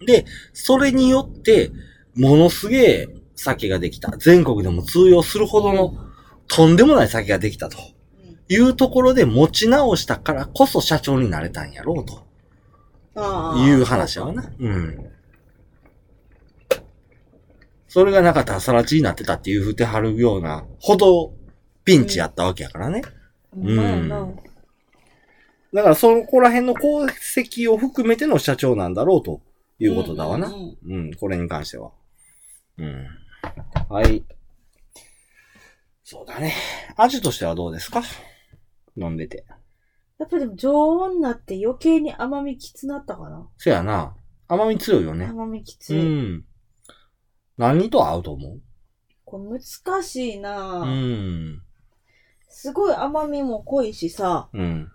[SPEAKER 1] う。で、それによって、ものすげえ酒ができた。全国でも通用するほどの、とんでもない酒ができたと。いうところで持ち直したからこそ社長になれたんやろうと
[SPEAKER 2] ああ
[SPEAKER 1] いう話はな。うん。それがなかったらさらちになってたっていうふうてはるようなほどピンチやったわけやからね。
[SPEAKER 2] ほんまやな
[SPEAKER 1] うんだからそこら辺の功績を含めての社長なんだろうということだわな。
[SPEAKER 2] うん
[SPEAKER 1] う
[SPEAKER 2] うんんうん
[SPEAKER 1] これに関しては。うん。はい。そうだね。味としてはどうですか飲んでて。
[SPEAKER 2] やっぱでも常温になって余計に甘みきつなったかな
[SPEAKER 1] せやな。甘み強いよね。
[SPEAKER 2] 甘みきつ
[SPEAKER 1] う
[SPEAKER 2] い、
[SPEAKER 1] ん。何と合うと思
[SPEAKER 2] これ難しいうな、
[SPEAKER 1] うん。
[SPEAKER 2] すごい甘みも濃いしさ
[SPEAKER 1] うん。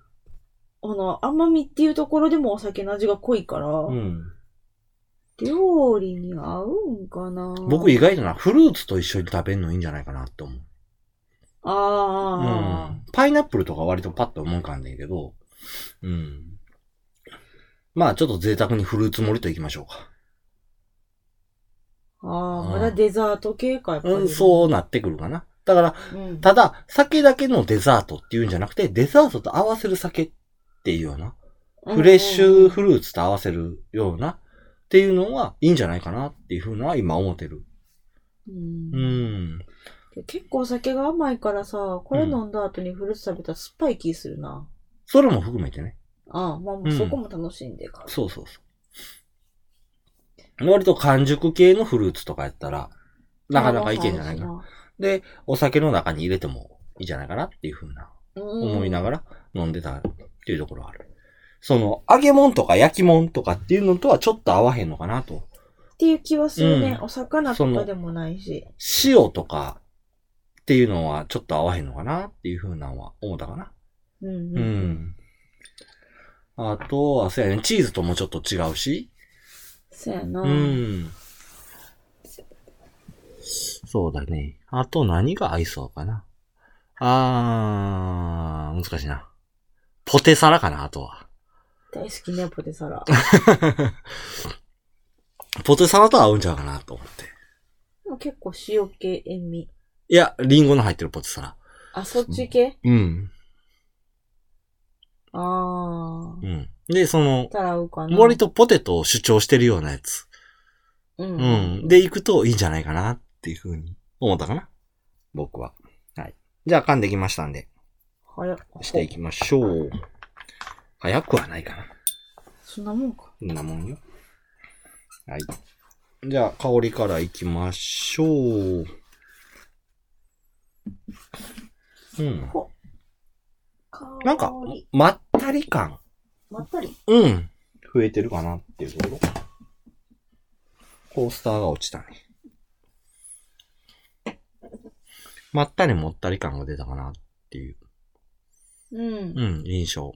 [SPEAKER 2] あの甘みっていうところでもお酒の味が濃いから、
[SPEAKER 1] うん。
[SPEAKER 2] 料理に合うんかな
[SPEAKER 1] 僕意外とな、フルーツと一緒に食べるのいいんじゃないかなって思う。う
[SPEAKER 2] ああ、
[SPEAKER 1] ん。パイナップルとか割とパッと思うかんねんけど。うん。まあちょっと贅沢にフルーツ盛りといきましょうか。
[SPEAKER 2] あ
[SPEAKER 1] う
[SPEAKER 2] あ
[SPEAKER 1] ん
[SPEAKER 2] まだデザート系かやっぱり、
[SPEAKER 1] うん、そうなってくるかな。だから、
[SPEAKER 2] うん、うん
[SPEAKER 1] ただ、酒だけのデザートっていうんじゃなくて、デザートと合わせる酒っていうような。フレッシュフルーツと合わせるようなっていうのはいいんじゃないかなっていうふうのは今思ってる。
[SPEAKER 2] うん
[SPEAKER 1] うん。
[SPEAKER 2] 結構お酒が甘いからさ、これ飲んだ後にフルーツ食べたら酸っぱい気するな。
[SPEAKER 1] それも含めてね。
[SPEAKER 2] ああ、まあ
[SPEAKER 1] ん
[SPEAKER 2] そこも楽しんでから。
[SPEAKER 1] そうそうそう。割と完熟系のフルーツとかやったら、なかなかいけんじゃないかな。
[SPEAKER 2] な。
[SPEAKER 1] で、お酒の中に入れてもいいんじゃないかなっていうふうな思いな
[SPEAKER 2] ら。
[SPEAKER 1] がら飲んでたっていうところはある。その、揚げ物とか焼き物とかっていうのとはちょっと合わへんのかなと。
[SPEAKER 2] っていう気はするね。
[SPEAKER 1] うん
[SPEAKER 2] お魚とかでもないし。
[SPEAKER 1] 塩とかっていうのはちょっと合わへんのかなっていうふうなのは思ったかな。
[SPEAKER 2] う
[SPEAKER 1] う
[SPEAKER 2] んうん。
[SPEAKER 1] ん。あとは、そうやね、チーズともちょっと違うし。
[SPEAKER 2] そうやな。
[SPEAKER 1] うん。そうだね。あと何が合いそうかな。あー、難しいな。ポテサラかな、あとは。
[SPEAKER 2] 大好きね、ポテ サラ。
[SPEAKER 1] ポテサラと合うんちゃうかな、と思って。
[SPEAKER 2] でも結構塩系、塩味。
[SPEAKER 1] いや、リンゴの入ってるポテサラ。
[SPEAKER 2] あ、そっち系
[SPEAKER 1] うん。
[SPEAKER 2] ああ。
[SPEAKER 1] うん。で、その、
[SPEAKER 2] たら合うかな。
[SPEAKER 1] 割とポテトを主張してるようなやつ。
[SPEAKER 2] う。
[SPEAKER 1] うんん。で、行くといいんじゃないかなっていうふうに思ったかな。僕は。はい。じゃあ噛んできましたんで、
[SPEAKER 2] 早っ
[SPEAKER 1] していきましょう。早くはないかな。
[SPEAKER 2] そんなもんか。
[SPEAKER 1] こんなもんよ。はい。じゃあ、香りからいきましょう。うん。なんか
[SPEAKER 2] 香り、
[SPEAKER 1] まったり感。
[SPEAKER 2] まったり。
[SPEAKER 1] うん。増えてるかなっていうところ。コースターが落ちたね。まったりもったり感が出たかなっていう、
[SPEAKER 2] うん。
[SPEAKER 1] うん、印象。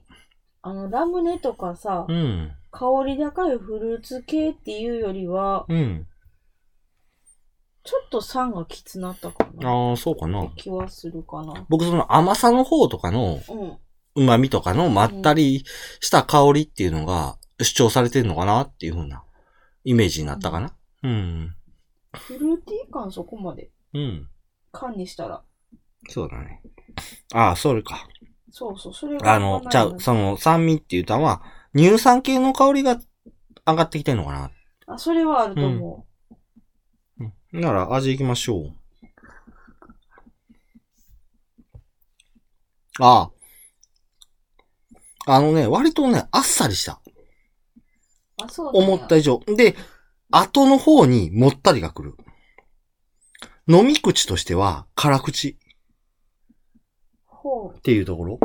[SPEAKER 2] あの、ラムネとかさ
[SPEAKER 1] う、ん。
[SPEAKER 2] 香り高いフルーツ系っていうよりは、
[SPEAKER 1] うん。
[SPEAKER 2] ちょっと酸がきつなったかな。
[SPEAKER 1] ああ、そうかな。
[SPEAKER 2] 気はするかな。
[SPEAKER 1] 僕、その甘さの方とかの
[SPEAKER 2] うん。
[SPEAKER 1] 旨味とかのまったりした香りっていうのが主張されてるのかなっていうふうなイメージになったかな。うん。
[SPEAKER 2] フルーティー感そこまで。
[SPEAKER 1] うん。
[SPEAKER 2] 缶にしたら。
[SPEAKER 1] そうだね。ああ、それか。
[SPEAKER 2] そうそう、それが
[SPEAKER 1] あの、
[SPEAKER 2] わ
[SPEAKER 1] じゃ
[SPEAKER 2] かん
[SPEAKER 1] あ
[SPEAKER 2] ない、な
[SPEAKER 1] その酸味っていうのは、乳酸系の香りが上がってきてんのかな。
[SPEAKER 2] あ、それはあると思
[SPEAKER 1] うん。なら、味いきましょう。ああ。あのね、割とね、あっさりした。
[SPEAKER 2] う。あ、そうなんや
[SPEAKER 1] 思った以上。で、後の方にもったりが来る。飲み口としては、辛口
[SPEAKER 2] ほう。
[SPEAKER 1] っていうところ。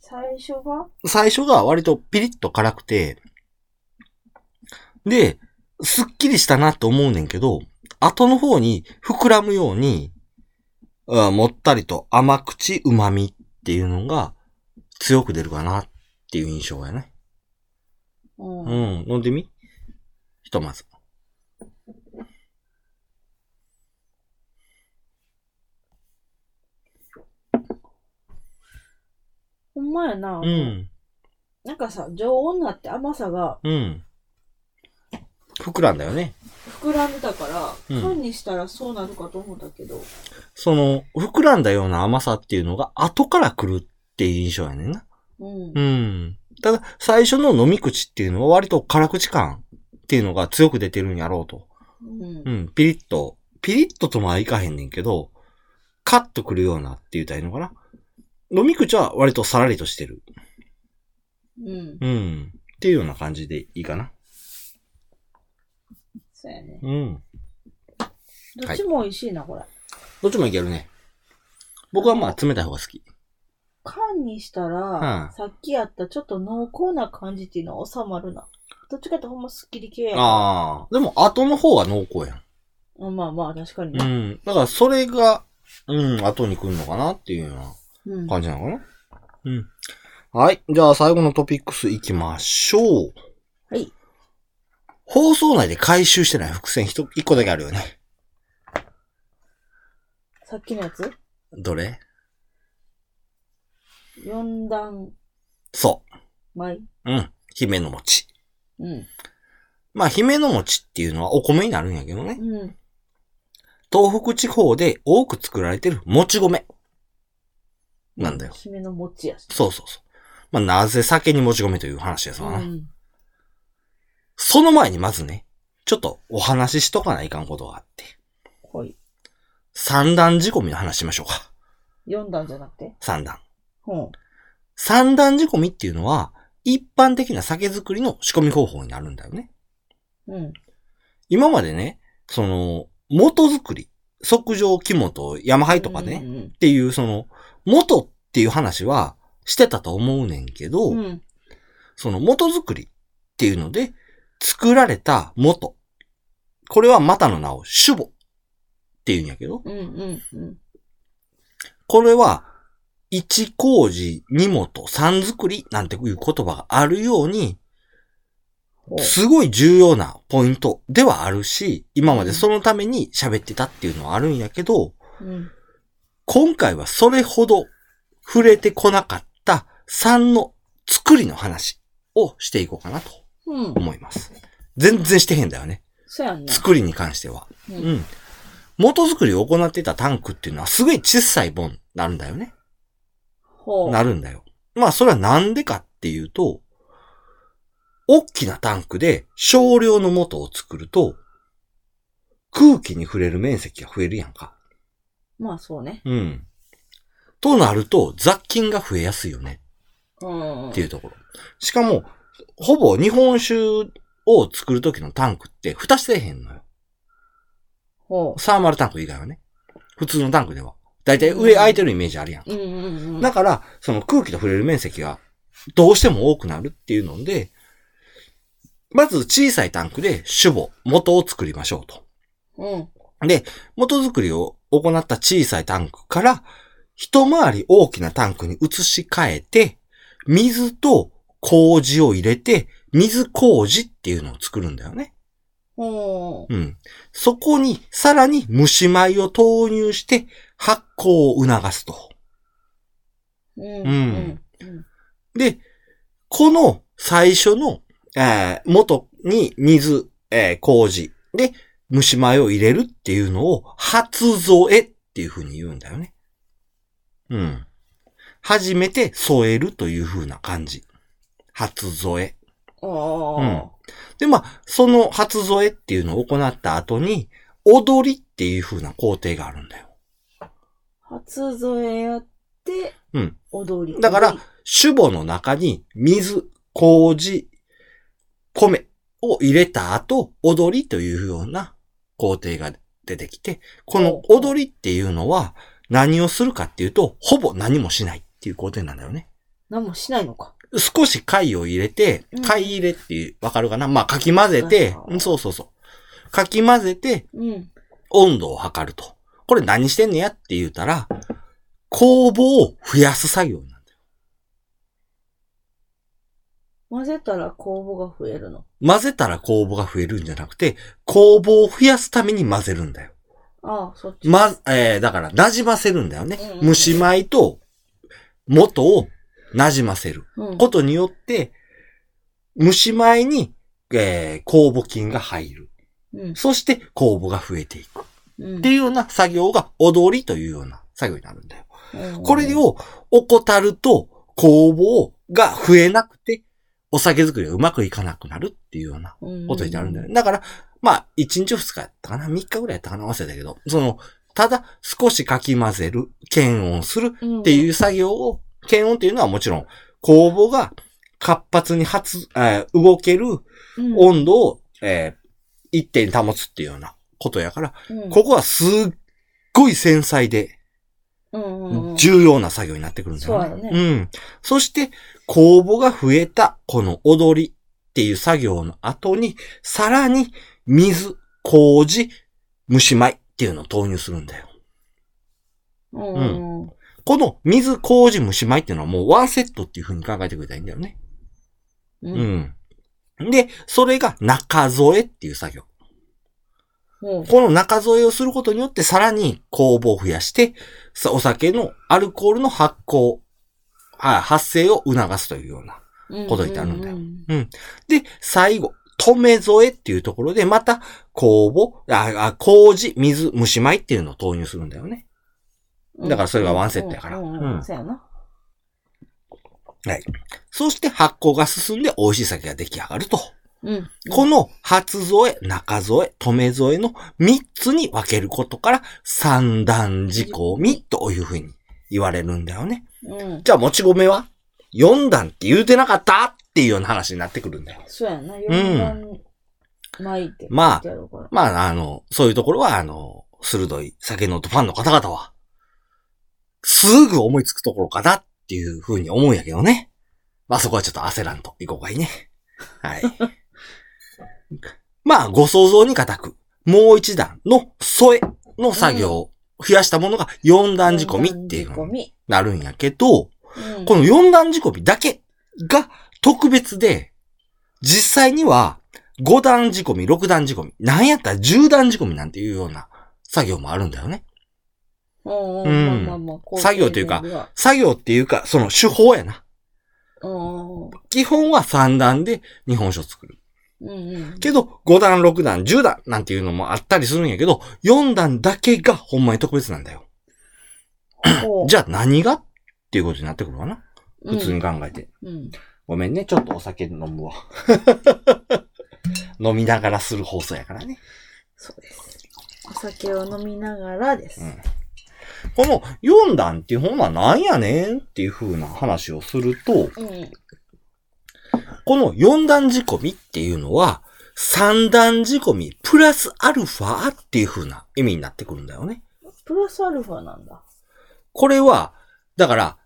[SPEAKER 2] 最初が
[SPEAKER 1] 最初が割とピリッと辛くて、で、すっきりしたなと思うねんけど、後の方に膨らむように、あもったりと甘口旨味っていうのが強く出るかなっていう印象やね。
[SPEAKER 2] うん。
[SPEAKER 1] う
[SPEAKER 2] うん
[SPEAKER 1] ん、飲んでみひとまず。
[SPEAKER 2] ほんまやな。
[SPEAKER 1] うん、
[SPEAKER 2] なんかさ、常温になって甘さが
[SPEAKER 1] うん。膨らんだよね。
[SPEAKER 2] 膨らんでたから、
[SPEAKER 1] うん
[SPEAKER 2] 缶にしたらそうなるかと思ったけど、
[SPEAKER 1] その、膨らんだような甘さっていうのが後から来るっていう印象やねんな。
[SPEAKER 2] うん
[SPEAKER 1] う。ん。ただ、最初の飲み口っていうのは割と辛口感っていうのが強く出てるんやろうと。
[SPEAKER 2] うん
[SPEAKER 1] う。ん、ピリッと。ピリッとともはいかへんねんけど、カッとくるようなって言うたらいいのかな。飲み口は割とさらりとしてる。
[SPEAKER 2] うん。
[SPEAKER 1] うん。っていうような感じでいいかな。
[SPEAKER 2] そうやね。
[SPEAKER 1] うん。
[SPEAKER 2] どっちも美味しいな、これ。
[SPEAKER 1] どっちもいけるね。僕はまあ冷たい方が好き。
[SPEAKER 2] 缶にしたら
[SPEAKER 1] うん、
[SPEAKER 2] さっきやったちょっと濃厚な感じっていうのは収まるな。どっちかってほんますっきり系やから。
[SPEAKER 1] ああ。でも後の方は濃厚やん。
[SPEAKER 2] あまあまあ、確かに
[SPEAKER 1] う
[SPEAKER 2] ね。
[SPEAKER 1] ん。だからそれが、うん、後に来るのかなっていうような。
[SPEAKER 2] うん。
[SPEAKER 1] 感じなのかなうん。はい。じゃあ最後のトピックス行きましょう。
[SPEAKER 2] はい。
[SPEAKER 1] 放送内で回収してない伏線一一個だけあるよね。
[SPEAKER 2] さっきのやつ
[SPEAKER 1] どれ
[SPEAKER 2] 四段
[SPEAKER 1] そ
[SPEAKER 2] 前
[SPEAKER 1] う。うん。姫の餅。
[SPEAKER 2] うん。
[SPEAKER 1] まあ、姫の餅っていうのはお米になるんやけどね。
[SPEAKER 2] うん。
[SPEAKER 1] 東北地方で多く作られてるもち米。なんだよ。
[SPEAKER 2] 締めの餅やし。
[SPEAKER 1] そうそうそう。まあ、なぜ酒にもち米という話ですわな。
[SPEAKER 2] ん。
[SPEAKER 1] その前にまずね、ちょっとお話ししとかないかんことがあって。
[SPEAKER 2] ほい。
[SPEAKER 1] 三段仕込みの話しましょうか。
[SPEAKER 2] 四段じゃなくて
[SPEAKER 1] 三段。
[SPEAKER 2] ほ
[SPEAKER 1] 三段仕込みっていうのは、一般的な酒造りの仕込み方法になるんだよね。
[SPEAKER 2] う。うん。
[SPEAKER 1] 今までね、その、元作り、即上木元、山灰とかね、
[SPEAKER 2] うん
[SPEAKER 1] っていうその、元っていう話はしてたと思うねんけど、
[SPEAKER 2] うん。うん。
[SPEAKER 1] その元作りっていうので、作られた元。これはまたの名を主母っていうんやけど、
[SPEAKER 2] うん。うん。うん。
[SPEAKER 1] これは、一工事、二元、三作りなんていう言葉があるように、
[SPEAKER 2] ほう
[SPEAKER 1] すごい重要なポイントではあるし、今までそのために喋ってたっていうのはあるんやけど、
[SPEAKER 2] うん。
[SPEAKER 1] 今回はそれほど触れてこなかった3の作りの話をしていこうかなと
[SPEAKER 2] うん。
[SPEAKER 1] 思います。全然してへんだよね。
[SPEAKER 2] そうやんな。
[SPEAKER 1] 作りに関しては。
[SPEAKER 2] う。
[SPEAKER 1] うんん。元作りを行ってたタンクっていうのはすごい小さい盆になるんだよね。
[SPEAKER 2] ほう。
[SPEAKER 1] なるんだよ。まあそれはなんでかっていうと、大きなタンクで少量の元を作ると、空気に触れる面積が増えるやんか。
[SPEAKER 2] まあそうね。
[SPEAKER 1] うん。となると、雑菌が増えやすいよね
[SPEAKER 2] うん。
[SPEAKER 1] っていうところ。しかも、ほぼ日本酒を作る時のタンクって蓋してへんのよ。
[SPEAKER 2] ほ
[SPEAKER 1] サーマルタンク以外はね。普通のタンクでは。だいたい上空いてるイメージあるやん
[SPEAKER 2] う。うんうんうん。
[SPEAKER 1] だから、その空気と触れる面積がどうしても多くなるっていうので、まず小さいタンクで主母、元を作りましょうと。
[SPEAKER 2] うん。
[SPEAKER 1] で、元作りを行った小さいタンクから、一回り大きなタンクに移し替えて、水と麹を入れて、水麹っていうのを作るんだよね。
[SPEAKER 2] ほう。
[SPEAKER 1] うん。そこに、さらに蒸し米を投入して、発酵を促すと。
[SPEAKER 2] うん。
[SPEAKER 1] うんで、この最初の、えー元に水、えー麹で蒸し米を入れるっていうのを初添えっていう風に言うんだよね。うん。初めて添えるという風な感じ。初添え。
[SPEAKER 2] うん。あ
[SPEAKER 1] で、まあ、その初添えっていうのを行った後に、踊りっていう風な工程があるんだよ。
[SPEAKER 2] あ。初添えやって、
[SPEAKER 1] うん。
[SPEAKER 2] 踊り。
[SPEAKER 1] だから、主母の中に水、麹、米を入れた後、踊りというような工程が出てきて、この踊りっていうのは何をするかっていうと、ほぼ何もしないっていう工程なんだよね。
[SPEAKER 2] 何もしないのか。
[SPEAKER 1] 少し貝を入れて
[SPEAKER 2] うん、
[SPEAKER 1] 貝入れっていう、わかるかなまあ、かき混ぜて
[SPEAKER 2] わか、る
[SPEAKER 1] うんそうそうそう。かき混ぜて、
[SPEAKER 2] うん。
[SPEAKER 1] 温度を測ると。これ何してんねやって言うたら、酵母を増やす作業なんだよ。
[SPEAKER 2] 混ぜたら酵母が増えるの。
[SPEAKER 1] 混ぜたら酵母が増えるんじゃなくて、酵母を増やすために混ぜるんだよ。
[SPEAKER 2] ああ、そっち。
[SPEAKER 1] ま、えー、だから、馴染ませるんだよね
[SPEAKER 2] うんうんう。ん
[SPEAKER 1] 蒸し米と元を馴染ませる
[SPEAKER 2] うん
[SPEAKER 1] ことによって、蒸し米に、えー、酵母菌が入る。
[SPEAKER 2] うん。
[SPEAKER 1] そして酵母が増えていく。っ
[SPEAKER 2] うん
[SPEAKER 1] ていうような作業が踊りというような作業になるんだよ。
[SPEAKER 2] うん
[SPEAKER 1] これを怠ると酵母が増えなくて、お酒作りがうまくいかなくなるっていうようなことになるんだよね。だから、まあ、1日2日やったかな ?3 日ぐらいやったかな忘れたけど、その、ただ少しかき混ぜる、検温する
[SPEAKER 2] っ
[SPEAKER 1] っていうう作業を、検温っていうのはもちろん、酵母が活発に発、えー動ける
[SPEAKER 2] ん、
[SPEAKER 1] 温度を、えー一定に保つっていうようなことやから、
[SPEAKER 2] うん
[SPEAKER 1] ここはすっごい繊細で、
[SPEAKER 2] うんうんうん
[SPEAKER 1] 重要な作業になってくるんだよね。
[SPEAKER 2] そうだね
[SPEAKER 1] ん。そして、公募が増えた、この踊りっていう作業の後に、さらに、水、麹、蒸し米っていうのを投入するんだよ。
[SPEAKER 2] うんうん
[SPEAKER 1] この水、麹、蒸し米っていうのはもうワンセットっていう風に考えてくれたらいいんだよね。
[SPEAKER 2] う
[SPEAKER 1] うんん。で、それが中添えっていう作業。
[SPEAKER 2] うん
[SPEAKER 1] この中添えをすることによって、さらに酵母を増やして、さお酒のアルコールの発酵、あ発生を促すというような。ことになるんだよ
[SPEAKER 2] う
[SPEAKER 1] で、最後、止め添えっていうところで、また、酵母、あ、あ麹、水、蒸し米っていうのを投入するんだよね。だからそれがワンセットやから
[SPEAKER 2] うんうん
[SPEAKER 1] うん
[SPEAKER 2] そうやな。
[SPEAKER 1] そして発酵が進んで美味しい酒が出来上がると。
[SPEAKER 2] うん。
[SPEAKER 1] この初添え、中添え、止め添えの3つに分けることから、三段仕込みというふうに言われるんだよね。
[SPEAKER 2] うん。
[SPEAKER 1] じゃあ、もち米は ?4 段って言うてなかったっていうような話になってくるんだよ。
[SPEAKER 2] そうやな。4番巻いて。
[SPEAKER 1] まあ
[SPEAKER 2] やろうから
[SPEAKER 1] まあ、あの、そういうところは、あの、鋭い酒のファンの方々は、すぐ思いつくところかなっていうふうに思うんやけどね。まあそこはちょっと焦らんといこうがいいね。はい。 まあ、ご想像に固く、もう一段の添えの作業を増やしたものが4段仕込みっていう
[SPEAKER 2] 四段仕込
[SPEAKER 1] のに
[SPEAKER 2] み
[SPEAKER 1] なるんやけど、
[SPEAKER 2] うん
[SPEAKER 1] この四段仕込みだけが特別で、実際には五段仕込み、六段仕込み、なんやったら十段仕込みなんていうような作業もあるんだよね。
[SPEAKER 2] うんう
[SPEAKER 1] うん
[SPEAKER 2] んまあまあまあこ
[SPEAKER 1] 作業というか
[SPEAKER 2] 全部が
[SPEAKER 1] 作業っていうか、その手法やな。
[SPEAKER 2] うんうん
[SPEAKER 1] 基本は三段で日本酒を作る。
[SPEAKER 2] うんうん。
[SPEAKER 1] けど、五段、六段、十段なんていうのもあったりするんやけど、四段だけがほんまに特別なんだよ。
[SPEAKER 2] こう
[SPEAKER 1] じゃあ何がっていうことになってくるわな。普通に考えて。
[SPEAKER 2] うん
[SPEAKER 1] ごめんね、ちょっとお酒飲むわ。 飲みながらする放送やからね。
[SPEAKER 2] そうです。お酒を飲みながらです。
[SPEAKER 1] うんこの4段っていう本はなんやねんっていう風な話をすると、
[SPEAKER 2] うん。
[SPEAKER 1] この4段仕込みっていうのは、3段仕込みプラスアルファっていう風な意味になってくるんだよね。
[SPEAKER 2] プラスアルファなんだ。
[SPEAKER 1] これは、だから、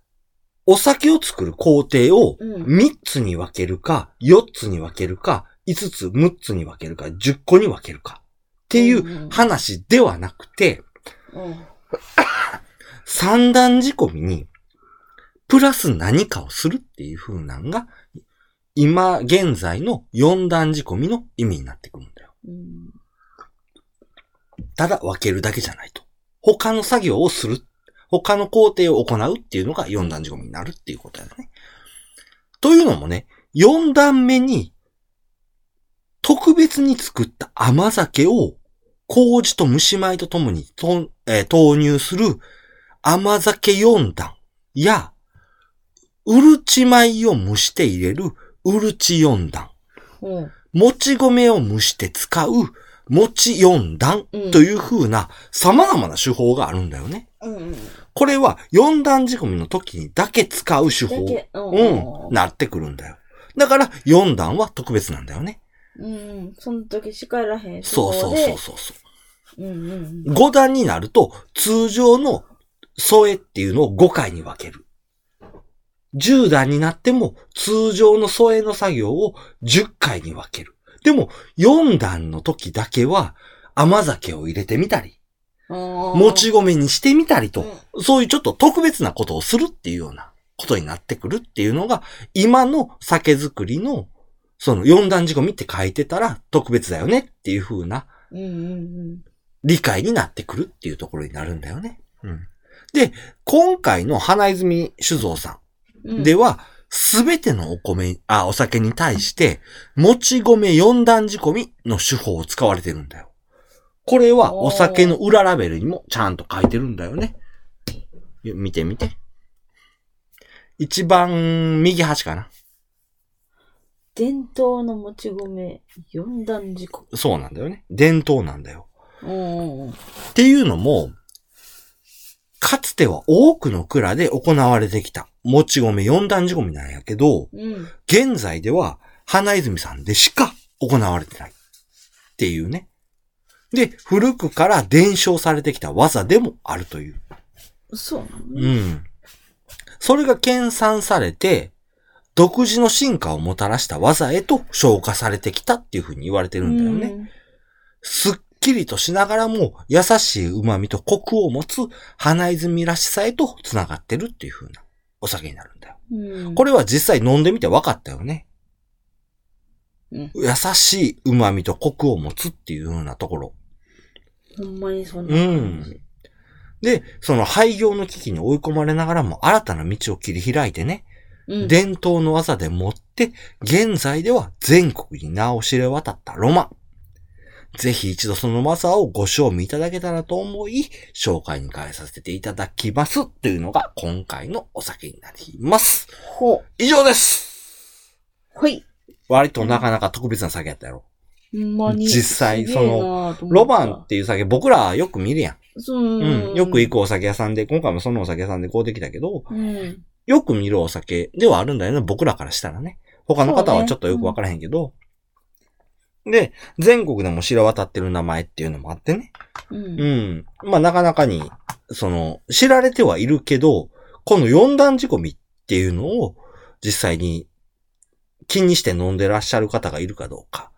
[SPEAKER 1] お酒を作る工程を
[SPEAKER 2] うん
[SPEAKER 1] 3つに分けるか、4つに分けるか、5つ、6つに分けるか、10個に分けるかってい
[SPEAKER 2] うんうん
[SPEAKER 1] う話ではなくて、
[SPEAKER 2] うん。
[SPEAKER 1] 三段仕込みに、プラス何かをするっていう風なんが、今現在の四段仕込みの意味になってくるんだよ。
[SPEAKER 2] うん。
[SPEAKER 1] ただ分けるだけじゃないと。他の作業をする。他の工程を行うっていうのが4段仕込みになるっていうことやね。というのもね、4段目に、特別に作った甘酒を、麹と蒸し米とともにとん、えー投入する甘酒4段や、うるち米を蒸して入れるうるち4段。
[SPEAKER 2] うん。
[SPEAKER 1] もち米を蒸して使う、もち四段
[SPEAKER 2] うん
[SPEAKER 1] という風な様々な手法があるんだよね。
[SPEAKER 2] うん。
[SPEAKER 1] これは四段仕込みの時にだけ使う手
[SPEAKER 2] だ
[SPEAKER 1] 法、
[SPEAKER 2] け、
[SPEAKER 1] うん、なってくるんだよ。だから四段は特別なんだよね。
[SPEAKER 2] うん。うん。その時しかやらへん手
[SPEAKER 1] そ
[SPEAKER 2] 法
[SPEAKER 1] う
[SPEAKER 2] で。
[SPEAKER 1] そうそうそうそう。
[SPEAKER 2] う。うんうん
[SPEAKER 1] 五段になると、通常の添えっていうのを5回に分ける。10段になっても、通常の添えの作業を10回に分ける。でも、4段の時だけは、甘酒を入れてみたり、
[SPEAKER 2] うん。
[SPEAKER 1] もち米にしてみたりと、
[SPEAKER 2] う
[SPEAKER 1] そういうちょっと特別なことをするっていうようなことになってくるっていうのが、今の酒造りの、その4段仕込みって書いてたら特別だよねっていう風な
[SPEAKER 2] うんうん
[SPEAKER 1] 理解になってくるっていうところになるんだよね。うん。で、今回の花泉酒造さ
[SPEAKER 2] うんうん。
[SPEAKER 1] んでは、すべてのお米、あ、お酒に対して、もち米四段仕込みの手法を使われてるんだよ。これはお酒の裏ラベルにもちゃんと書いてるんだよね。よ見てみて。一番右端かな。
[SPEAKER 2] 伝統のもち米四段仕込
[SPEAKER 1] そうなんだよね。伝統なんだよ。
[SPEAKER 2] み。うんうんうん。
[SPEAKER 1] っていうのも、かつては多くの蔵で行われてきた、もち米四段仕込みなんやけど、
[SPEAKER 2] うん。
[SPEAKER 1] 現在では花泉さんでしか行われてない。っていうね。で、古くから伝承されてきた技でもあるという。
[SPEAKER 2] そうなのね
[SPEAKER 1] うん。それが研鑽されて、独自の進化をもたらした技へと昇華されてきたっていうふうに言われてるんだよね。すっきりとしながらも、優しい旨味とコクを持つ、花泉らしさへと繋がってるっていう風なお酒になるんだよ。
[SPEAKER 2] うん。うん。
[SPEAKER 1] これは実際飲んでみて分かったよね。
[SPEAKER 2] うん
[SPEAKER 1] 優しい旨味とコクを持つっていうようなところ。
[SPEAKER 2] ほんまにそんな感じ。
[SPEAKER 1] で、その廃業の危機に追い込まれながらも新たな道を切り開いてね、
[SPEAKER 2] うん。
[SPEAKER 1] 伝統の技でもって、現在では全国に名を知れ渡ったロマン。ぜひ一度その技をご賞味いただけたらと思い、紹介に変えさせていただきます。というのが今回のお酒になります。
[SPEAKER 2] ほ
[SPEAKER 1] 以上です
[SPEAKER 2] う。ほい。
[SPEAKER 1] 割となかなか特別な酒やったやろ。
[SPEAKER 2] ほんまに。
[SPEAKER 1] 実際
[SPEAKER 2] すげえなぁと思った
[SPEAKER 1] ロマンっ、ていう酒僕らよく見るや。
[SPEAKER 2] そう、うんん
[SPEAKER 1] うん。よく行くお酒屋さんで、今回もそのお酒屋さんでこうできたけど、
[SPEAKER 2] く。うん。
[SPEAKER 1] よく見るお酒ではあるんだよね、僕らからしたらね。他の方はちょっとよくわからへんけど。で、全国でも知ら渡ってる名前っていうのもあってね。
[SPEAKER 2] う。
[SPEAKER 1] うんん。まあなかなかに、その、知られてはいるけど、この四段仕込みっていうのを実際に気にして飲んでらっしゃる方がいるかどうか。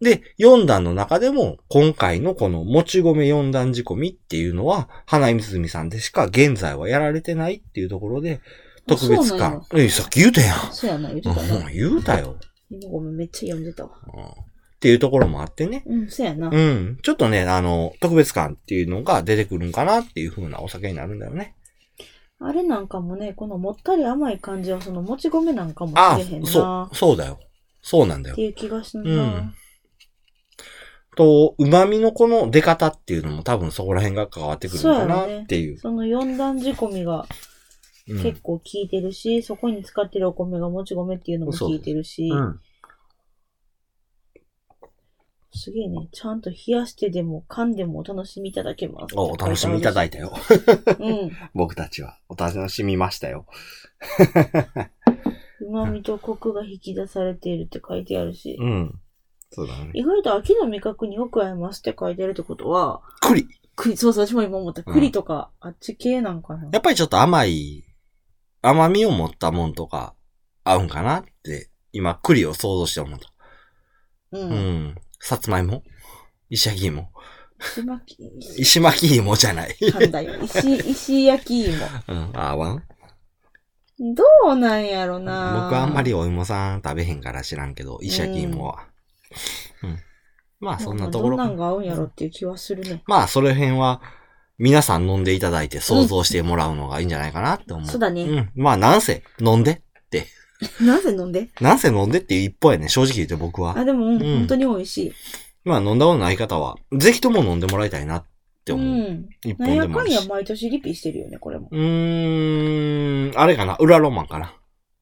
[SPEAKER 1] で、四段の中でも、今回のこのもち米四段仕込みっていうのは、花井みさんでしか現在はやられてないっていうところで、特別
[SPEAKER 2] そうなんや
[SPEAKER 1] 感。え、さっき言うたやん。
[SPEAKER 2] そうやな、言って
[SPEAKER 1] う
[SPEAKER 2] たな。
[SPEAKER 1] ん、言うたよ、
[SPEAKER 2] 今ごめん、めっちゃ読んでたわ。
[SPEAKER 1] うん。っていうところもあってね。
[SPEAKER 2] うん、そうや
[SPEAKER 1] う
[SPEAKER 2] な。
[SPEAKER 1] ん。ちょっとね、あの、特別感っていうのが出てくるんかなっていう風なお酒になるんだよね。
[SPEAKER 2] あれなんかもね、このもったり甘い感じは、そのもち米なんかも
[SPEAKER 1] あ
[SPEAKER 2] しれへん
[SPEAKER 1] あ、
[SPEAKER 2] な
[SPEAKER 1] そ。う、そうだよ。そうなんだ
[SPEAKER 2] っ
[SPEAKER 1] よ
[SPEAKER 2] て。いう気がする
[SPEAKER 1] う。
[SPEAKER 2] なん
[SPEAKER 1] と、旨味のこの出方っていうのも多分そこら辺が関わってくるのか
[SPEAKER 2] そうや
[SPEAKER 1] な
[SPEAKER 2] ね
[SPEAKER 1] っていう。
[SPEAKER 2] その四段仕込みが
[SPEAKER 1] う
[SPEAKER 2] 結構効いてるし、そこに使ってるお米がもち米っていうのも効いてるし、
[SPEAKER 1] んうん。
[SPEAKER 2] すげえね、ちゃんと冷やしてでも噛んでもお楽しみいただけます。
[SPEAKER 1] おお楽しみいただ
[SPEAKER 2] い
[SPEAKER 1] いたよ。
[SPEAKER 2] て。うん。
[SPEAKER 1] 僕たちは。お楽しみましたよ。
[SPEAKER 2] 旨味とコクが引き出されているって書いてあるし、
[SPEAKER 1] うん。そうだね。
[SPEAKER 2] 意外と秋の味覚によく合いますって書いてあるってことは、
[SPEAKER 1] 栗。
[SPEAKER 2] 栗、そうそう、私も今思った。栗とか、あっち系なんかな。
[SPEAKER 1] やっぱりちょっと甘い、甘みを持ったもんとか合うんかなって、今栗を想像して思った。
[SPEAKER 2] う。
[SPEAKER 1] うんん。さつまいも石焼き芋
[SPEAKER 2] 石巻、石
[SPEAKER 1] 石巻き芋じゃない。
[SPEAKER 2] なんだよ。石、石焼き芋。
[SPEAKER 1] うん、合わん
[SPEAKER 2] どうなんやろ
[SPEAKER 1] 僕
[SPEAKER 2] な
[SPEAKER 1] はあんまりお芋さん食べへんから知らんけど、石焼き芋は。うん。まあそんなところ
[SPEAKER 2] どんなんが合うんやろっていう気はするね。
[SPEAKER 1] まあその辺は、皆さん飲んでいただいて想像してもらうのがいいんじゃないかなって思う。
[SPEAKER 2] そうだね
[SPEAKER 1] うん。まあ、なんせ、飲んで。
[SPEAKER 2] なぜ飲んで
[SPEAKER 1] なんせ飲んでっていう一方やね、正直言って僕は。
[SPEAKER 2] あ、でも、
[SPEAKER 1] ん
[SPEAKER 2] 本当に美味しい。
[SPEAKER 1] まあ、飲んだことない方は、ぜひとも飲んでもらいたいなって
[SPEAKER 2] う
[SPEAKER 1] 思う。
[SPEAKER 2] ん。
[SPEAKER 1] 一
[SPEAKER 2] なん
[SPEAKER 1] 本
[SPEAKER 2] や
[SPEAKER 1] でも
[SPEAKER 2] か
[SPEAKER 1] あ
[SPEAKER 2] ん
[SPEAKER 1] るし
[SPEAKER 2] や。毎年リピしてるよね、これも。
[SPEAKER 1] うーん、あれかな裏ロマンかな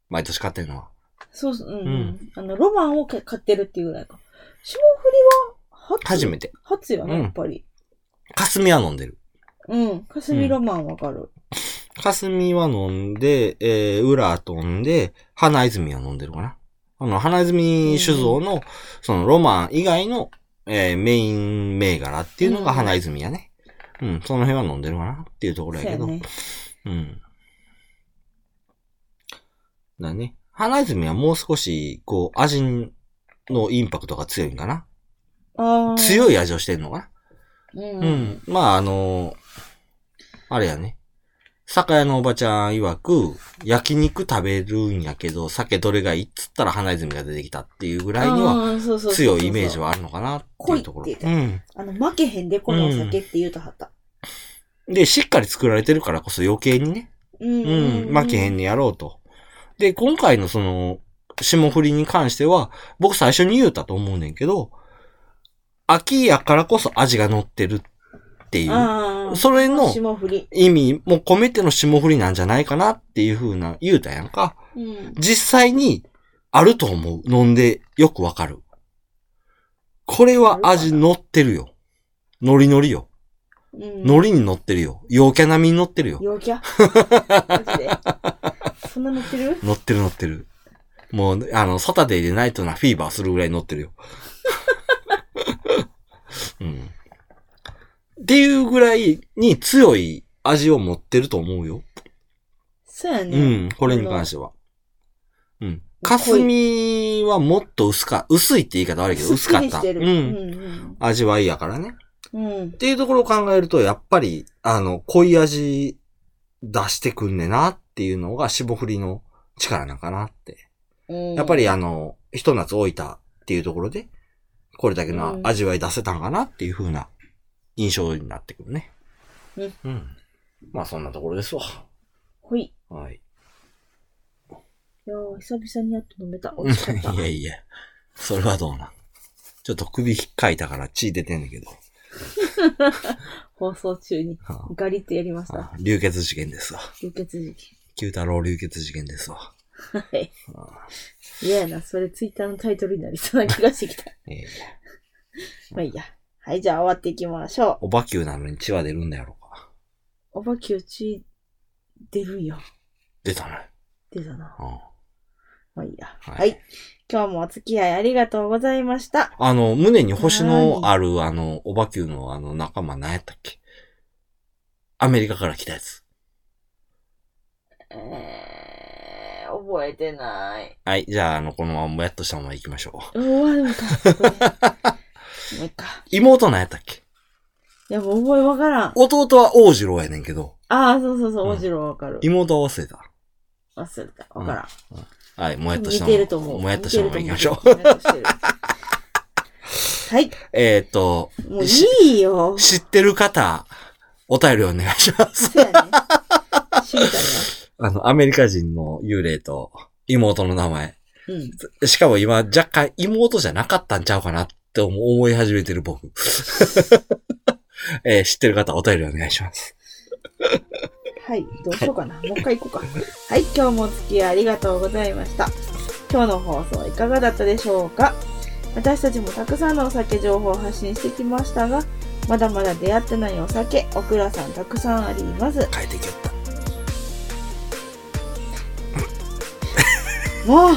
[SPEAKER 1] 毎年買ってるのは。
[SPEAKER 2] そうそう、うん。
[SPEAKER 1] うん
[SPEAKER 2] あの、ロマンをか買ってるっていうぐらいか。霜降りは初
[SPEAKER 1] 初めて。
[SPEAKER 2] 初やね、
[SPEAKER 1] うん
[SPEAKER 2] やっぱり。
[SPEAKER 1] 霞は飲んでる。
[SPEAKER 2] うん。かすみロマンわかる。
[SPEAKER 1] 霞は飲んで、えー、裏飛んで、花泉は飲んでるかな。あの、花泉酒造の、そのロマン以外の、えー、メイン銘柄っていうのが
[SPEAKER 2] うん
[SPEAKER 1] 花泉やね。うん、その辺は飲んでるかなっていうところ
[SPEAKER 2] そう
[SPEAKER 1] やけ
[SPEAKER 2] や
[SPEAKER 1] ど。う
[SPEAKER 2] ね。
[SPEAKER 1] ん。だね。花泉はもう少し、こう、味のインパクトが強いんかな。
[SPEAKER 2] ああ。い。
[SPEAKER 1] 強い味をしてんのかな。
[SPEAKER 2] うん。
[SPEAKER 1] うん。まあ、あのあれやね。酒屋のおばちゃん曰く、焼肉食べるんやけど、酒どれがいいっつったら花泉が出てきたっていうぐらいには、
[SPEAKER 2] あーそうそうそうそう
[SPEAKER 1] 強いイメージはあるのかなっていうところ。
[SPEAKER 2] 濃いって
[SPEAKER 1] う
[SPEAKER 2] 言
[SPEAKER 1] ん。
[SPEAKER 2] あの、負けへんで、このお酒って言うとはった。
[SPEAKER 1] で、しっかり作られてるからこそ余計にね、
[SPEAKER 2] うん
[SPEAKER 1] うん、負けへんねやろうと。で、今回のその、霜降りに関しては、僕最初に言うたと思うねんけど、秋やからこそ味が乗ってるっていう、
[SPEAKER 2] ああ。
[SPEAKER 1] それの、
[SPEAKER 2] 霜降り。
[SPEAKER 1] 意味も込めての霜降りなんじゃないかなっていう風な言うたやんか。
[SPEAKER 2] うん。
[SPEAKER 1] 実際にあると思う。飲んでよくわかる。これは味乗ってるよ。ノリノリよ。
[SPEAKER 2] うん。
[SPEAKER 1] ノリに乗ってるよ。陽キャ並みに乗ってるよ。
[SPEAKER 2] 陽キャマジでそんな乗ってる
[SPEAKER 1] 乗ってる乗ってる。もう、あの、サタデーでナイトなフィーバーするぐらい乗ってるよ。 うん。っていうぐらいに強い味を持ってると思うよ。
[SPEAKER 2] そうやね。
[SPEAKER 1] うん、これに関しては。うん。霞はもっと薄か、薄いって言い方悪いけど、薄かっ
[SPEAKER 2] す
[SPEAKER 1] た。
[SPEAKER 2] きりしてる
[SPEAKER 1] う。
[SPEAKER 2] うんん。
[SPEAKER 1] 味わいやからね。
[SPEAKER 2] うん。うん
[SPEAKER 1] っ。ていうところを考えると、やっぱり、あの、濃い味出してくんねなっていうのが霜降りの力なんかなって。
[SPEAKER 2] うん
[SPEAKER 1] やっぱりあの、一夏置いたっていうところで、これだけの味わい出せたんかなっていう風な印象になってくるね。
[SPEAKER 2] うん。
[SPEAKER 1] うん。まあそんなところですわ。
[SPEAKER 2] ほい。
[SPEAKER 1] はい。
[SPEAKER 2] いやー久々にやっと飲めた。美味しかっ た。
[SPEAKER 1] いやいや、それはどうなん。ちょっと首ひっかいたから血出てんだけど。
[SPEAKER 2] 放送中に
[SPEAKER 1] は
[SPEAKER 2] ガリってやりまし
[SPEAKER 1] あ
[SPEAKER 2] た。
[SPEAKER 1] あ流血事件ですわ。
[SPEAKER 2] 流血事件。
[SPEAKER 1] 九太郎流血事件ですわ。
[SPEAKER 2] はい
[SPEAKER 1] あ。
[SPEAKER 2] 嫌やな、それツイッターのタイトルになりそうな気がして きた。
[SPEAKER 1] ええ
[SPEAKER 2] まあいいや。はい、じゃあ終わっていきましょ
[SPEAKER 1] おばきゅうなのに血は出るんだやろうか。
[SPEAKER 2] う。おばきゅうち出るよ。
[SPEAKER 1] 出たね。
[SPEAKER 2] 出たな。
[SPEAKER 1] うん
[SPEAKER 2] まあいいや。
[SPEAKER 1] はい
[SPEAKER 2] はい。今日もお付き合いありがとうございました。
[SPEAKER 1] あの、胸に星の
[SPEAKER 2] は
[SPEAKER 1] ある、あの、おばきゅうのあの仲間何やったっけアメリカから来たやつ。
[SPEAKER 2] えー、覚えてない。
[SPEAKER 1] はい、じゃあ、あの、このままもやっとしたまま行きましょう。
[SPEAKER 2] うわ、でもか。 これもういいか。
[SPEAKER 1] 妹何やったっけ
[SPEAKER 2] いや、もう覚えわからん。
[SPEAKER 1] 弟は王次郎やねんけど、
[SPEAKER 2] ああ、そうそうそう、
[SPEAKER 1] うん
[SPEAKER 2] おじろはわかる。
[SPEAKER 1] 妹は忘れた。
[SPEAKER 2] 忘れた。わからん。
[SPEAKER 1] はい、もやっとした
[SPEAKER 2] 似
[SPEAKER 1] まま。
[SPEAKER 2] てると思う。
[SPEAKER 1] もやっとしたまま行きましょう。
[SPEAKER 2] 似てると思う。もやっとしてる はい。
[SPEAKER 1] えーっと、
[SPEAKER 2] もうい いよ。
[SPEAKER 1] 知ってる方、お便りお願いします。
[SPEAKER 2] そうやね。知りたい
[SPEAKER 1] あの、アメリカ人の幽霊と妹の名前。
[SPEAKER 2] な。うん。
[SPEAKER 1] しかも今、若干妹じゃなかったんちゃうかなって思い始めてる僕。 えー知ってる方、お便りお願いします。
[SPEAKER 2] はい。どうしようかな。もう一回行こうか。はい。今日もお付き合いありがとうございました。今日の放送はいかがだったでしょうか私たちもたくさんのお酒情報を発信してきましたが、まだまだ出会ってないお酒、オクラさんたくさんあります。
[SPEAKER 1] 帰ってきよった。
[SPEAKER 2] もう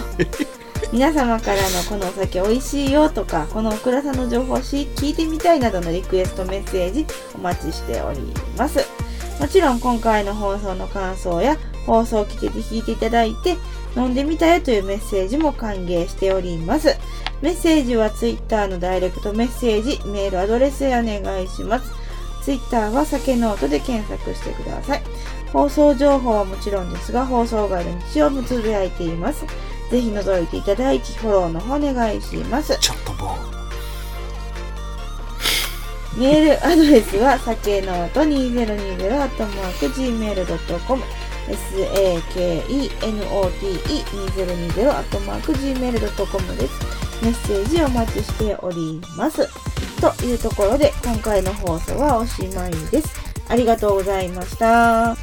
[SPEAKER 2] 皆様からのこのお酒美味しいよとかこのオクラさんの情報をし聞いてみたいなどのリクエストメッセージお待ちしておりますもちろん今回の放送の感想や放送を聞いて聞いていただいて飲んでみたよというメッセージも歓迎しておりますメッセージは Twitter のダイレクトメッセージメールアドレスへお願いします Twitter は酒ノートで検索してください放送情報はもちろんですが放送外の日曜もつぶやいていますぜひ覗いていただき、フォローの方お願いします。
[SPEAKER 1] ちょっともう。
[SPEAKER 2] メールアドレスは、さけのと 2020-gmail.com sakenote2020-gmail.com です。メッセージお待ちしております。というところで、今回の放送はおしまいです。ありがとうございました。